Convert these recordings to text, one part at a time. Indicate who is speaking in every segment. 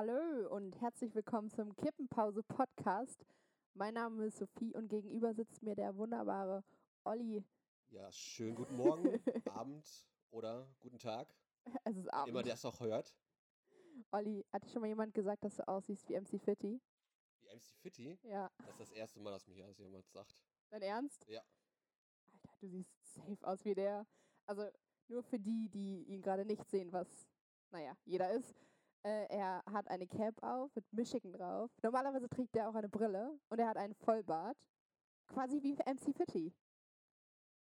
Speaker 1: Hallo und herzlich willkommen zum Kippenpause Podcast. Mein Name ist Sophie und gegenüber sitzt mir der wunderbare Olli.
Speaker 2: Ja, schönen guten Morgen, Abend oder guten Tag.
Speaker 1: Es ist
Speaker 2: Immer
Speaker 1: Abend.
Speaker 2: der es auch hört.
Speaker 1: Olli, hat dir schon mal jemand gesagt, dass du aussiehst wie MC Fitty?
Speaker 2: Die MC Fitty,
Speaker 1: Ja.
Speaker 2: das ist das erste Mal, dass mich das jemand sagt.
Speaker 1: Dein Ernst?
Speaker 2: Ja.
Speaker 1: Alter, du siehst safe aus wie der. Also nur für die, die ihn gerade nicht sehen, was, naja, jeder ist. Äh, er hat eine Cap auf mit Michigan drauf. Normalerweise trägt er auch eine Brille und er hat einen Vollbart. Quasi wie MC Fitty.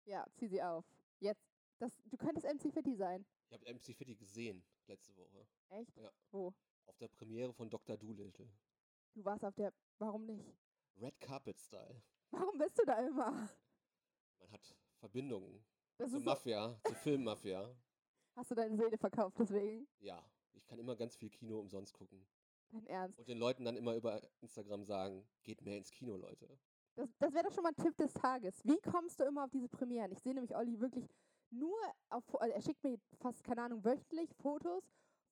Speaker 1: Ja, zieh sie auf. Jetzt, das, du könntest MC Fitty sein.
Speaker 2: Ich habe MC Fitty gesehen letzte Woche.
Speaker 1: Echt?
Speaker 2: Ja.
Speaker 1: Wo?
Speaker 2: Auf der Premiere von Dr. Doolittle.
Speaker 1: Du warst auf der. Warum nicht?
Speaker 2: Red Carpet Style.
Speaker 1: Warum bist du da immer?
Speaker 2: Man hat Verbindungen
Speaker 1: Das
Speaker 2: zur
Speaker 1: ist so,
Speaker 2: Mafia, zur Filmmafia.
Speaker 1: hast du deine Seele verkauft deswegen?
Speaker 2: Ja, ich kann immer ganz viel Kino umsonst gucken.
Speaker 1: Dein Ernst.
Speaker 2: Und den Leuten dann immer über Instagram sagen, geht mehr ins Kino, Leute.
Speaker 1: Das, das wäre doch schon mal ein Tipp des Tages. Wie kommst du immer auf diese Premieren? Ich sehe nämlich Olli wirklich nur auf. Also er schickt mir fast, keine Ahnung, wöchentlich Fotos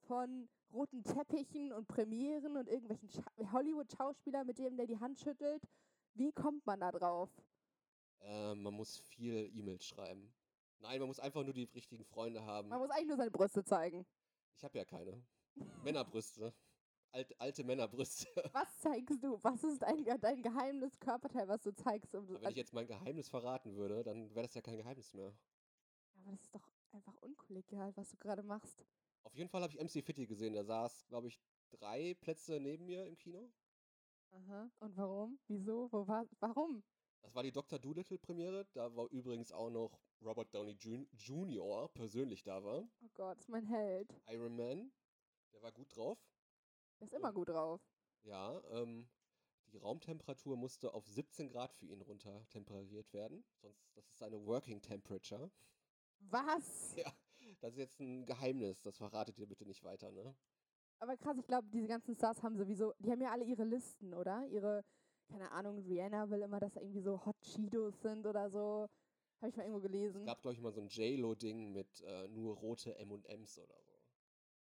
Speaker 1: von roten Teppichen und Premieren und irgendwelchen Scha- Hollywood-Schauspielern, mit dem der die Hand schüttelt. Wie kommt man da drauf?
Speaker 2: Äh, man muss viel E-Mails schreiben. Nein, man muss einfach nur die richtigen Freunde haben.
Speaker 1: Man muss eigentlich nur seine Brüste zeigen.
Speaker 2: Ich habe ja keine. Männerbrüste. Alt, alte Männerbrüste.
Speaker 1: Was zeigst du? Was ist dein, dein geheimes Körperteil, was du zeigst? Um,
Speaker 2: Aber wenn ich jetzt mein Geheimnis verraten würde, dann wäre das ja kein Geheimnis mehr.
Speaker 1: Aber das ist doch einfach unkollegial, was du gerade machst.
Speaker 2: Auf jeden Fall habe ich MC Fitty gesehen. Da saß, glaube ich, drei Plätze neben mir im Kino.
Speaker 1: Aha. Und warum? Wieso? Wo war, warum?
Speaker 2: Das war die Dr. Doolittle-Premiere. Da war übrigens auch noch Robert Downey Jun- Jr. persönlich da war.
Speaker 1: Oh Gott, ist mein Held.
Speaker 2: Iron Man. Der war gut drauf.
Speaker 1: Der ist immer gut drauf.
Speaker 2: Ja, ähm, die Raumtemperatur musste auf 17 Grad für ihn runter temperiert werden. Sonst, das ist eine Working Temperature.
Speaker 1: Was?
Speaker 2: Ja, das ist jetzt ein Geheimnis, das verratet ihr bitte nicht weiter, ne?
Speaker 1: Aber krass, ich glaube, diese ganzen Stars haben sowieso, die haben ja alle ihre Listen, oder? Ihre, keine Ahnung, Rihanna will immer, dass da irgendwie so Hot Cheetos sind oder so. Habe ich mal irgendwo
Speaker 2: Es
Speaker 1: gelesen.
Speaker 2: gab, glaube ich, mal so ein J-Lo-Ding mit äh, nur rote M&Ms oder so.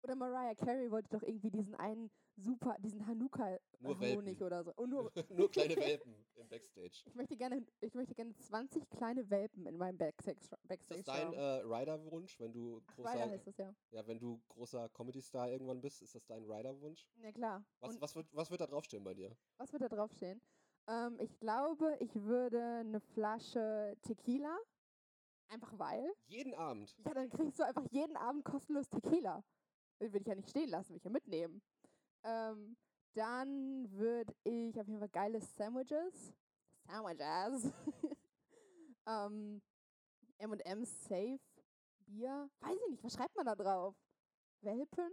Speaker 1: Oder Mariah Carey wollte doch irgendwie diesen einen super, diesen
Speaker 2: Nur
Speaker 1: Hanukkah-Honig
Speaker 2: Welpen.
Speaker 1: oder so. Und nur,
Speaker 2: nur kleine Welpen im Backstage.
Speaker 1: ich möchte gerne, ich möchte gerne 20 kleine Welpen in meinem Backstage.
Speaker 2: Ist das
Speaker 1: Backstage
Speaker 2: dein äh, Rider-Wunsch, wenn du
Speaker 1: Ryder
Speaker 2: großer,
Speaker 1: heißt das ja.
Speaker 2: ja, wenn du großer Comedy-Star irgendwann bist? Ist das dein Rider-Wunsch?
Speaker 1: Ja klar.
Speaker 2: Was,
Speaker 1: Und
Speaker 2: was, wird, was wird da draufstehen bei dir?
Speaker 1: was wird da draufstehen? Ähm, ich glaube, ich würde eine Flasche Tequila. Einfach weil.
Speaker 2: Jeden Abend.
Speaker 1: Ja, dann kriegst du einfach jeden Abend kostenlos Tequila. Den würde ich ja nicht stehen lassen, will ich ja mitnehmen. Ähm, dann würde ich auf jeden Fall geile Sandwiches. Sandwiches. ähm, M&M Safe. Bier. Weiß ich nicht, was schreibt man da drauf? Welpen?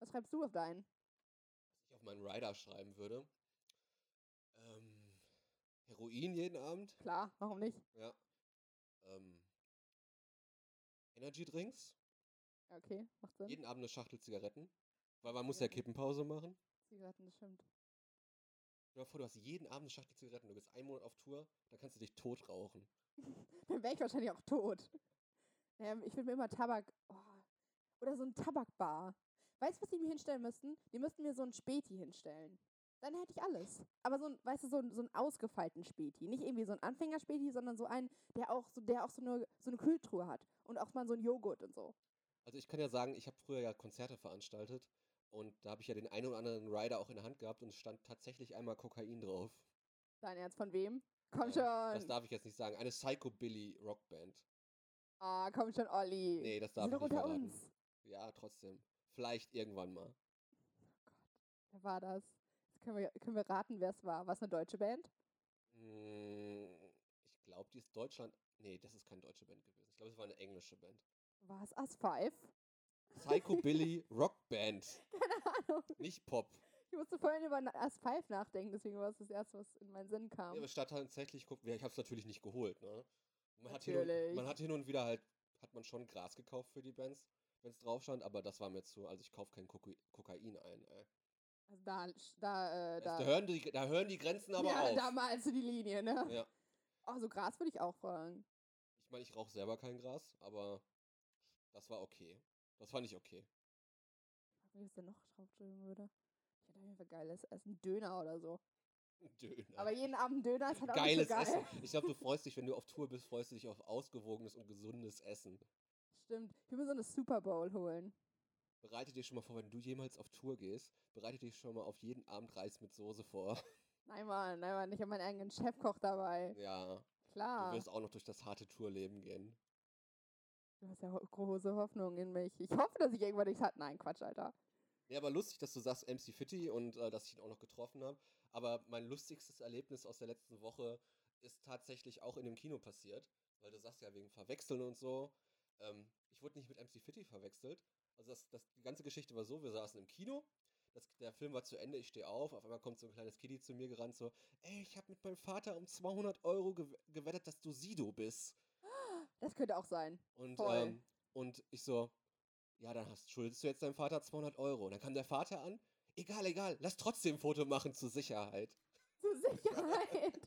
Speaker 1: Was schreibst du auf deinen?
Speaker 2: Was ich auf meinen Rider schreiben würde. Ähm, Heroin jeden Abend.
Speaker 1: Klar, warum nicht?
Speaker 2: Ja. Ähm, Energy-Drinks.
Speaker 1: Ja, Okay, macht Sinn.
Speaker 2: Jeden Abend eine Schachtel Zigaretten. Weil man muss ja Kippenpause machen.
Speaker 1: Zigaretten, das stimmt.
Speaker 2: Stell dir mal vor, du hast jeden Abend eine Schachtel Zigaretten. Du bist einen Monat auf Tour, dann kannst du dich tot rauchen.
Speaker 1: Dann wäre ich wahrscheinlich auch tot. Naja, ich würde mir immer Tabak. Oh, oder so ein Tabakbar. Weißt du, was die mir hinstellen müssten? Die müssten mir so ein Späti hinstellen. Dann hätte ich alles. Aber so ein, weißt du, so ein, so ein ausgefeilten Späti. Nicht irgendwie so ein Anfängerspäti, sondern so einen, der auch so, der auch so eine, so eine Kühltruhe hat. Und auch mal so ein Joghurt und so.
Speaker 2: Also ich kann ja sagen, ich habe früher ja Konzerte veranstaltet und da habe ich ja den einen oder anderen Rider auch in der Hand gehabt und es stand tatsächlich einmal Kokain drauf.
Speaker 1: Dein Ernst, von wem? Komm
Speaker 2: Äh, Das
Speaker 1: schon.
Speaker 2: darf ich jetzt nicht sagen. Eine Psychobilly-Rockband.
Speaker 1: Ah, komm schon, Olli.
Speaker 2: Nee, das
Speaker 1: Die
Speaker 2: darf
Speaker 1: sind
Speaker 2: ich
Speaker 1: doch
Speaker 2: nicht
Speaker 1: unter
Speaker 2: verraten.
Speaker 1: uns.
Speaker 2: Ja, trotzdem. Vielleicht irgendwann mal.
Speaker 1: Wer war das? Jetzt können wir, können wir raten, wer es war. War es eine deutsche Band?
Speaker 2: Mm, Ich glaube, die ist Deutschland... Nee, das ist keine deutsche Band gewesen. Ich glaube, es war eine englische Band.
Speaker 1: War es Us Five?
Speaker 2: Psychobilly Rockband.
Speaker 1: Keine Ahnung.
Speaker 2: Nicht Pop.
Speaker 1: Ich musste vorhin über Us Five nachdenken, deswegen war es das erste, was in meinen Sinn kam.
Speaker 2: Ja, aber statt tatsächlich guckt, ja, ich habe es natürlich nicht geholt, ne? Man hat, hin und,
Speaker 1: Natürlich.
Speaker 2: man hat hin und wieder halt, hat man schon Gras gekauft für die Bands, wenn es drauf stand, aber das war mir zu, also ich kaufe kein Koku- Kokain ein, ey.
Speaker 1: Also da, da, äh, da.
Speaker 2: Da, da, hören die, da hören die Grenzen aber
Speaker 1: ja,
Speaker 2: auf.
Speaker 1: da malst du die Linie, ne?
Speaker 2: Ja.
Speaker 1: Oh, so Gras würde ich auch fragen.
Speaker 2: Ich meine, ich rauche selber kein Gras, aber das war okay. Das fand ich okay.
Speaker 1: mich, was da noch draufschreiben würde. Ich hätte auf jeden Fall geiles Essen. Döner oder so.
Speaker 2: Döner.
Speaker 1: Aber jeden Abend Döner ist halt auch nicht
Speaker 2: Geiles
Speaker 1: so geil.
Speaker 2: Essen. Ich glaube, du freust dich, wenn du auf Tour bist, freust du dich auf ausgewogenes und gesundes Essen.
Speaker 1: Stimmt. Ich will mir so eine Super Bowl holen.
Speaker 2: Bereite dich schon mal vor, wenn du jemals auf Tour gehst, bereite dich schon mal auf jeden Abend Reis mit Soße vor.
Speaker 1: Nein, Mann, nein, Mann. Ich habe meinen eigenen Chefkoch dabei.
Speaker 2: Ja.
Speaker 1: Klar.
Speaker 2: Du wirst auch noch durch das harte Tourleben gehen.
Speaker 1: Du hast ja ho große Hoffnung in mich. Ich hoffe, dass ich irgendwann nichts hat. Nein, Quatsch, Alter.
Speaker 2: Ja, aber lustig, dass du sagst MC Fitty und äh, dass ich ihn auch noch getroffen habe. Aber mein lustigstes Erlebnis aus der letzten Woche ist tatsächlich auch in dem Kino passiert, weil du sagst ja wegen Verwechseln und so. Ähm, ich wurde nicht mit MC Fitty verwechselt. Also das, das, die ganze Geschichte war so, wir saßen im Kino, das, der Film war zu Ende, ich stehe auf, auf einmal kommt so ein kleines Kitty zu mir gerannt, so, ey, ich habe mit meinem Vater um 200 Euro gew gewettet, dass du Sido bist.
Speaker 1: Das könnte auch sein.
Speaker 2: Und,
Speaker 1: Voll.
Speaker 2: ähm, und ich so, ja, dann hast, schuldest du jetzt deinem Vater 200 Euro. Und dann kam der Vater an, egal, egal, lass trotzdem ein Foto machen zur Sicherheit.
Speaker 1: Zur Sicherheit.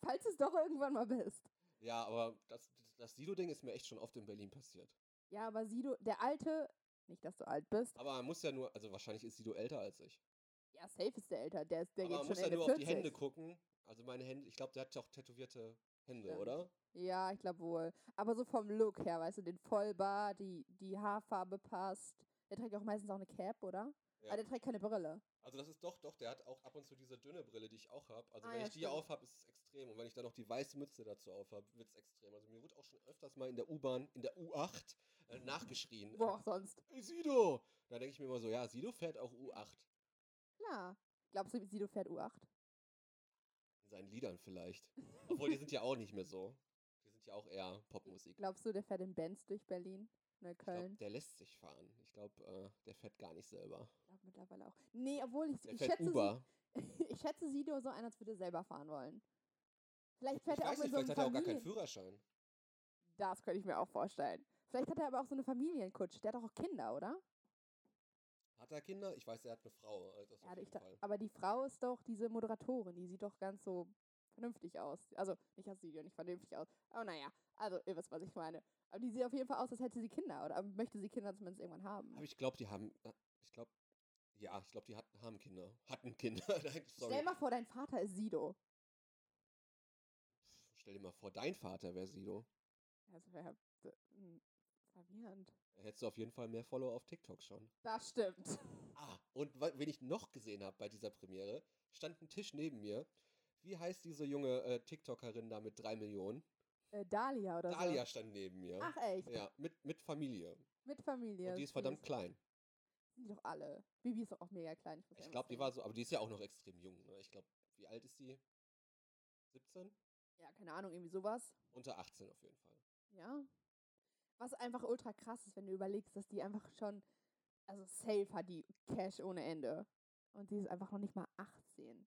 Speaker 1: Falls du es doch irgendwann mal bist.
Speaker 2: Ja, aber das, das Sido-Ding ist mir echt schon oft in Berlin passiert.
Speaker 1: Ja, aber Sido, der Alte, nicht, dass du alt bist.
Speaker 2: Aber man muss ja nur, also wahrscheinlich ist Sido älter als ich.
Speaker 1: Ja, safe ist der Älter. Der, ist, der geht
Speaker 2: aber man
Speaker 1: schon
Speaker 2: muss ja
Speaker 1: Ende
Speaker 2: nur
Speaker 1: 40.
Speaker 2: auf die Hände gucken. Also meine Hände, ich glaube, der hat ja auch tätowierte Hände,
Speaker 1: Stimmt.
Speaker 2: oder?
Speaker 1: Ja, ich glaube wohl. Aber so vom Look her, weißt du, den Vollbart, die, die Haarfarbe passt. Der trägt auch meistens auch eine Cap, oder?
Speaker 2: Ja.
Speaker 1: Ah, der trägt keine Brille.
Speaker 2: Also das ist doch, doch, der hat auch ab und zu diese dünne Brille, die ich auch habe. Also
Speaker 1: Ah,
Speaker 2: wenn
Speaker 1: ja,
Speaker 2: ich die
Speaker 1: stimmt.
Speaker 2: auf habe, ist es extrem. Und wenn ich dann noch die weiße Mütze dazu auf habe, wird es extrem. Also mir wurde auch schon öfters mal in der U-Bahn, in der U8 äh, nachgeschrien.
Speaker 1: Wo auch sonst.
Speaker 2: Äh, "Ey, Sido! Da denke ich mir immer so, ja, Sido fährt auch U8.
Speaker 1: Klar. Glaubst du, Sido fährt U8?
Speaker 2: In seinen Liedern vielleicht. Obwohl, die sind ja auch nicht mehr so. Die sind ja auch eher Popmusik.
Speaker 1: Glaubst du, der fährt in Benz durch Berlin? Ne,
Speaker 2: Ich glaube,
Speaker 1: Neukölln?
Speaker 2: der lässt sich fahren. Ich glaube, äh, der fährt gar nicht selber.
Speaker 1: Ich glaube mittlerweile auch. Nee, obwohl ich,
Speaker 2: Der
Speaker 1: ich
Speaker 2: fährt
Speaker 1: schätze,
Speaker 2: Uber.
Speaker 1: Sie- ich schätze Sido so ein, als würde er selber fahren wollen. Vielleicht fährt
Speaker 2: Ich
Speaker 1: er auch
Speaker 2: weiß
Speaker 1: mit
Speaker 2: nicht,
Speaker 1: so einem
Speaker 2: vielleicht hat er auch gar keinen
Speaker 1: Familien...
Speaker 2: Führerschein.
Speaker 1: Das könnte ich mir auch vorstellen. Vielleicht hat er aber auch so eine Familienkutsche. Der hat doch auch Kinder, oder?
Speaker 2: Hat er Kinder? Ich weiß, er hat eine Frau. Also das auf
Speaker 1: Ja,
Speaker 2: jeden
Speaker 1: ich da,
Speaker 2: Fall.
Speaker 1: aber die Frau ist doch diese Moderatorin, die sieht doch ganz so vernünftig aus. Also, nicht das Video nicht vernünftig aus. Aber naja, also, ihr wisst, was ich meine. Aber die sieht auf jeden Fall aus, als hätte sie Kinder oder möchte sie Kinder zumindest irgendwann haben.
Speaker 2: Aber ich glaube, die haben. äh, Ich glaube. Ja, ich glaube, die hatten, haben Kinder. Hatten Kinder. Nein, sorry.
Speaker 1: Stell mal vor, dein Vater ist Sido.
Speaker 2: Stell dir mal vor, dein Vater wäre Sido.
Speaker 1: Das wäre hm, verwirrend.
Speaker 2: Dann Hättest du auf jeden Fall mehr Follower auf TikTok schon.
Speaker 1: Das stimmt.
Speaker 2: Ah, und wa- wen ich noch gesehen habe bei dieser Premiere, stand ein Tisch neben mir. Wie heißt diese junge äh, TikTokerin da mit drei Millionen?
Speaker 1: Äh, Dalia oder
Speaker 2: Dalia stand neben mir.
Speaker 1: so. Ach echt,
Speaker 2: Ja, mit, mit Familie.
Speaker 1: mit Familie.
Speaker 2: und die ist verdammt klein.
Speaker 1: Sind die doch alle. Bibi ist doch auch mega klein. muss
Speaker 2: Ich
Speaker 1: einmal
Speaker 2: glaube, die
Speaker 1: sehen.
Speaker 2: war so, aber die ist ja auch noch extrem jung. Ne? Ich glaube, wie alt ist die? 17?
Speaker 1: Ja, keine Ahnung, irgendwie sowas.
Speaker 2: Unter 18 auf jeden Fall.
Speaker 1: Ja. Was einfach ultra krass ist, wenn du überlegst, dass die einfach schon, also safe hat die Cash ohne Ende. Und die ist einfach noch nicht mal 18.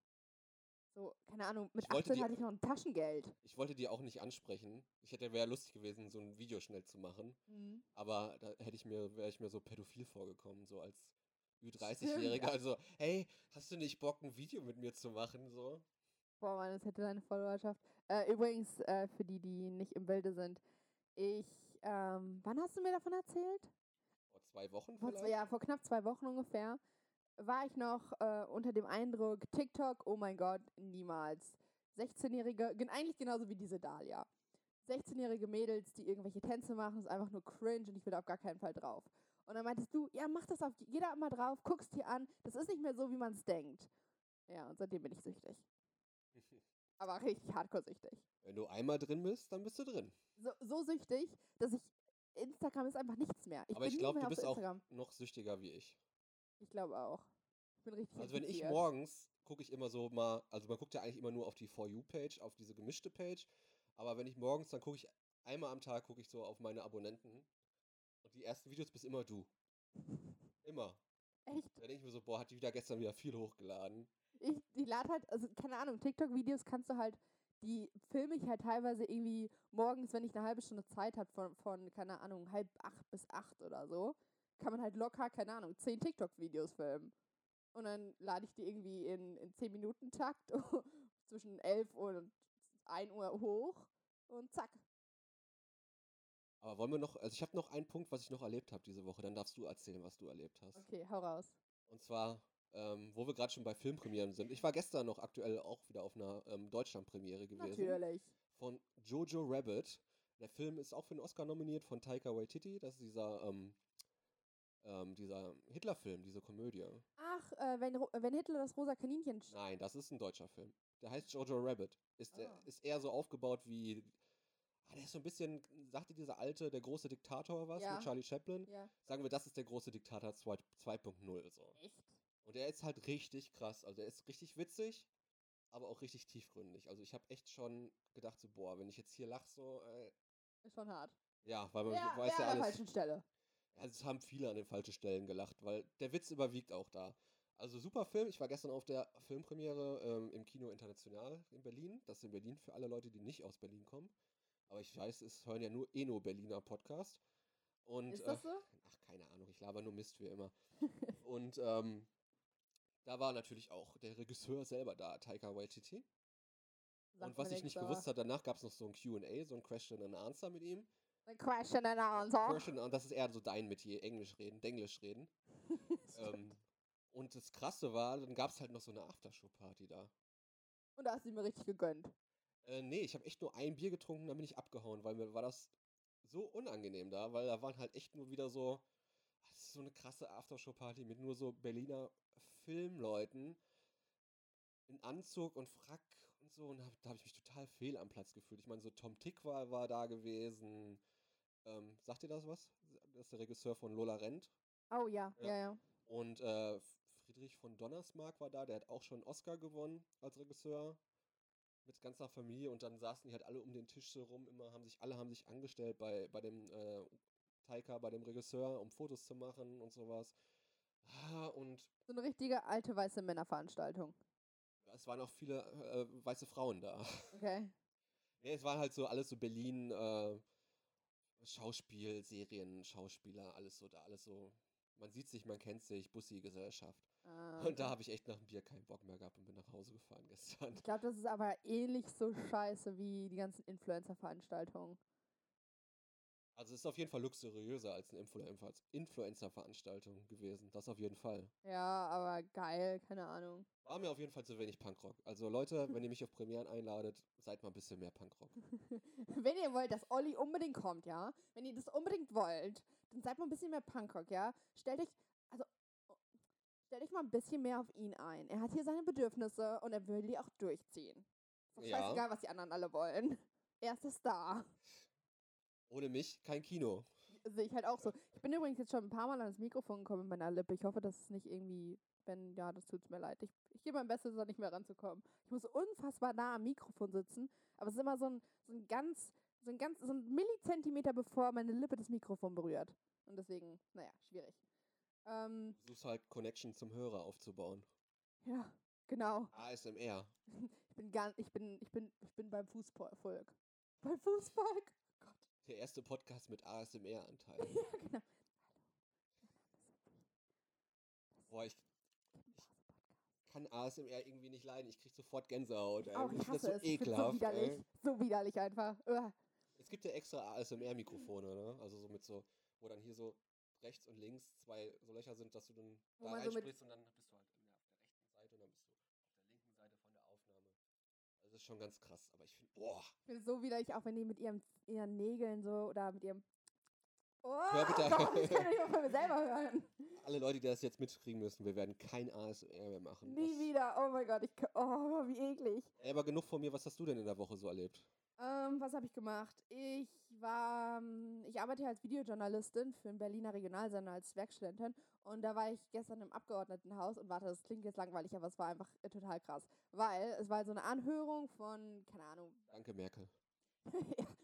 Speaker 1: So, keine Ahnung, mit
Speaker 2: Ich wollte
Speaker 1: 18
Speaker 2: dir-
Speaker 1: hatte ich noch ein Taschengeld.
Speaker 2: Ich wollte die auch nicht ansprechen. Ich hätte, wäre lustig gewesen, so ein Video schnell zu machen. Aber da hätte ich mir, wäre ich mir so pädophil vorgekommen, so als Ü30-Jähriger.
Speaker 1: Stimmt.
Speaker 2: Also, hey, hast du nicht Bock, ein Video mit mir zu machen? So.
Speaker 1: Boah, Mann, das hätte deine Followerschaft. Äh, übrigens, äh, für die, die nicht im Bilde sind, ich, ähm, wann hast du mir davon erzählt?
Speaker 2: Vor zwei Wochen
Speaker 1: Vor,
Speaker 2: vielleicht?
Speaker 1: zwei, ja, vor knapp zwei Wochen ungefähr war ich noch äh, unter dem Eindruck, TikTok, oh mein Gott, niemals. 16-Jährige, gen- eigentlich genauso wie diese Dahlia. 16-jährige Mädels, die irgendwelche Tänze machen, ist einfach nur cringe und ich will da auf gar keinen Fall drauf. Und dann meintest du, ja, mach das auf jeder mal drauf, guckst dir an, das ist nicht mehr so, wie man es denkt. Ja, und seitdem bin ich süchtig. Aber richtig hardcore süchtig.
Speaker 2: Wenn du einmal drin bist, dann bist du drin.
Speaker 1: So, so süchtig, dass ich Instagram ist einfach nichts mehr. Ich
Speaker 2: Aber
Speaker 1: bin
Speaker 2: ich
Speaker 1: nicht
Speaker 2: glaube,
Speaker 1: mehr
Speaker 2: du
Speaker 1: auf
Speaker 2: bist auch
Speaker 1: Instagram.
Speaker 2: noch süchtiger wie ich.
Speaker 1: Ich glaube auch. Ich bin richtig
Speaker 2: Also wenn ich
Speaker 1: infiziert.
Speaker 2: morgens gucke ich immer so mal, also man guckt ja eigentlich immer nur auf die For You Page, auf diese gemischte Page, aber wenn ich morgens, dann gucke ich einmal am Tag gucke ich so auf meine Abonnenten und die ersten Videos bist immer du. Immer.
Speaker 1: Echt?
Speaker 2: Da denke ich mir so, boah, hat die wieder gestern wieder viel hochgeladen.
Speaker 1: Ich, die lad halt, also keine Ahnung, TikTok-Videos kannst du halt, die filme ich halt teilweise irgendwie morgens, wenn ich eine halbe Stunde Zeit habe, von, von, keine Ahnung, halb acht bis acht oder so, kann man halt locker, keine Ahnung, zehn TikTok-Videos filmen. Und dann lade ich die irgendwie in, in zehn Minuten Takt zwischen elf und ein Uhr hoch und zack.
Speaker 2: Aber wollen wir noch, also ich habe noch einen Punkt, was ich noch erlebt habe diese Woche, dann darfst du erzählen, was du erlebt hast.
Speaker 1: Okay, hau raus.
Speaker 2: Und zwar, ähm, wo wir gerade schon bei Filmpremieren sind. Ich war gestern noch aktuell auch wieder auf einer ähm, Deutschlandpremiere gewesen.
Speaker 1: Natürlich.
Speaker 2: Von Jojo Rabbit. Der Film ist auch für einen Oscar nominiert von Taika Waititi. Das ist dieser, ähm, ähm, dieser Hitler-Film, diese Komödie.
Speaker 1: Ach, äh, wenn, Ro- wenn Hitler das rosa Kaninchen. sch-
Speaker 2: Nein, das ist ein deutscher Film. Der heißt Jojo Rabbit. Ist, der,
Speaker 1: Ah.
Speaker 2: ist eher so aufgebaut wie. Ah, der ist so ein bisschen, sagte dieser alte, der große Diktator was
Speaker 1: Ja.
Speaker 2: mit Charlie Chaplin.
Speaker 1: Ja.
Speaker 2: Sagen wir, das ist der große Diktator 2 2.0. So.
Speaker 1: Echt?
Speaker 2: Und er ist halt richtig krass. Also er ist richtig witzig, aber auch richtig tiefgründig. Also ich habe echt schon gedacht, so, boah, wenn ich jetzt hier lach, so, äh,
Speaker 1: Ist schon hart.
Speaker 2: ja, weil man
Speaker 1: Ja, ja,
Speaker 2: weiß ja
Speaker 1: an der
Speaker 2: alles.
Speaker 1: falschen Stelle.
Speaker 2: Also es haben viele an den falschen Stellen gelacht, weil der Witz überwiegt auch da. Also super Film. Ich war gestern auf der Filmpremiere ähm, im Kino International in Berlin. Das ist in Berlin für alle Leute, die nicht aus Berlin kommen. Aber ich weiß, es hören ja nur Eno Berliner Podcast. Und
Speaker 1: ist das
Speaker 2: äh,
Speaker 1: so?
Speaker 2: ach, keine Ahnung, ich laber nur Mist wie immer. Und ähm, da war natürlich auch der Regisseur selber da, Taika Waititi. Und
Speaker 1: Sagt
Speaker 2: was
Speaker 1: mir
Speaker 2: ich
Speaker 1: nix,
Speaker 2: nicht
Speaker 1: aber-
Speaker 2: gewusst habe, danach gab es noch so ein QA, so ein Question and Answer mit ihm.
Speaker 1: A Question and answer.
Speaker 2: Question, und das ist eher so dein Metier, Englisch reden, Denglisch reden. ähm, und das Krasse war, dann gab es halt noch so eine Aftershow-Party da.
Speaker 1: Und da hast du mir richtig gegönnt.
Speaker 2: Äh, nee, ich habe echt nur ein Bier getrunken, dann bin ich abgehauen, weil mir war das so unangenehm da, weil da waren halt echt nur wieder so, das ist so eine krasse Aftershow-Party mit nur so Berliner Filmleuten in Anzug und Frack und so und hab, da habe ich mich total fehl am Platz gefühlt. Ich meine, so Tom Tick war, war da gewesen. Ähm, sagt ihr das was? Das ist der Regisseur von Lola Rent.
Speaker 1: Oh ja,
Speaker 2: Ja.
Speaker 1: ja, ja.
Speaker 2: Und äh, Friedrich von Donnersmarck war da, der hat auch schon einen Oscar gewonnen als Regisseur mit ganzer Familie und dann saßen die halt alle um den Tisch so rum, immer haben sich, alle haben sich angestellt bei, bei dem äh, Taika, bei dem Regisseur, um Fotos zu machen und sowas. Ah, Und
Speaker 1: So eine richtige alte weiße Männerveranstaltung.
Speaker 2: es waren auch viele äh, weiße Frauen da.
Speaker 1: Okay.
Speaker 2: Nee, es waren halt so alles so Berlin, äh, Schauspiel, Serien, Schauspieler, alles so da, alles so. Man sieht sich, man kennt sich, Bussi-Gesellschaft.
Speaker 1: Ah,
Speaker 2: Und da
Speaker 1: okay.
Speaker 2: habe ich echt nach dem Bier keinen Bock mehr gehabt und bin nach Hause gefahren gestern.
Speaker 1: Ich glaube, das ist aber ähnlich so scheiße wie die ganzen Influencer-Veranstaltungen.
Speaker 2: Also es ist auf jeden Fall luxuriöser als eine Influ- Influencer-Veranstaltung gewesen. Das auf jeden Fall.
Speaker 1: Ja, aber geil, keine Ahnung.
Speaker 2: War mir auf jeden Fall zu wenig Punkrock. Also Leute, wenn ihr mich auf Premieren einladet, seid mal ein bisschen mehr Punkrock.
Speaker 1: Wenn ihr wollt, dass Olli unbedingt kommt, ja? Wenn ihr das unbedingt wollt, dann seid mal ein bisschen mehr Punkrock, ja? Stellt euch, also, stellt euch mal ein bisschen mehr auf ihn ein. Er hat hier seine Bedürfnisse und er will die auch durchziehen. Ist doch
Speaker 2: Ja.
Speaker 1: scheißegal, was die anderen alle wollen. Er ist der Star.
Speaker 2: Ohne mich kein Kino.
Speaker 1: Sehe ich halt auch so. Ich bin übrigens jetzt schon ein paar Mal ans Mikrofon gekommen mit meiner Lippe. Ich hoffe, dass es nicht irgendwie, wenn, ja, das tut's mir leid. Ich, ich gebe mein Bestes, da nicht mehr ranzukommen. Ich muss unfassbar nah am Mikrofon sitzen, aber es ist immer so ein, so ein ganz, so ein ganz, so ein Millizentimeter, bevor meine Lippe das Mikrofon berührt. Und deswegen, naja, schwierig. Ähm,
Speaker 2: Versuch's halt Connection zum Hörer aufzubauen.
Speaker 1: ja, genau.
Speaker 2: ASMR.
Speaker 1: Ich bin gar, ich bin, ich bin, ich bin beim Fußvolk. Beim Fußvolk? Gott.
Speaker 2: Der erste Podcast mit ASMR-Anteil.
Speaker 1: Ja, genau.
Speaker 2: Boah, ich kann ASMR irgendwie nicht leiden. Ich krieg sofort Gänsehaut. Ey.
Speaker 1: Auch
Speaker 2: Mir
Speaker 1: ich
Speaker 2: ist
Speaker 1: hasse es.
Speaker 2: so
Speaker 1: Ich find's
Speaker 2: ekelhaft.
Speaker 1: so widerlich.
Speaker 2: ey.
Speaker 1: So widerlich einfach. Uah.
Speaker 2: Es gibt ja extra ASMR-Mikrofone, ne? Also so mit so, wo dann hier so rechts und links zwei so Löcher sind, dass du dann
Speaker 1: Wo
Speaker 2: da
Speaker 1: man so mit-
Speaker 2: reinsprichst und dann bist du halt immer auf der rechten Seite und dann bist du auf der linken Seite von der Aufnahme. Also das ist schon ganz krass, aber ich finde, boah,
Speaker 1: Ich bin so widerlich, auch wenn die mit ihrem, ihren Nägeln so oder mit ihrem. Oh,
Speaker 2: bitte.
Speaker 1: Gott, ich kann das nicht mal von mir selber hören.
Speaker 2: alle Leute, die das jetzt mitkriegen müssen, wir werden kein ASMR mehr machen.
Speaker 1: Nie
Speaker 2: Das-
Speaker 1: wieder. Oh mein Gott, ich kann, oh, wie eklig.
Speaker 2: Ey, aber genug von mir, was hast du denn in der Woche so erlebt?
Speaker 1: Ähm, was habe ich gemacht? Ich war, ähm, ich arbeite ja als Videojournalistin für den Berliner Regionalsender als Werkstudentin und da war ich gestern im Abgeordnetenhaus und warte, das klingt jetzt langweilig, aber es war einfach äh, total krass, weil es war so eine Anhörung von, keine Ahnung,
Speaker 2: Danke, Merkel.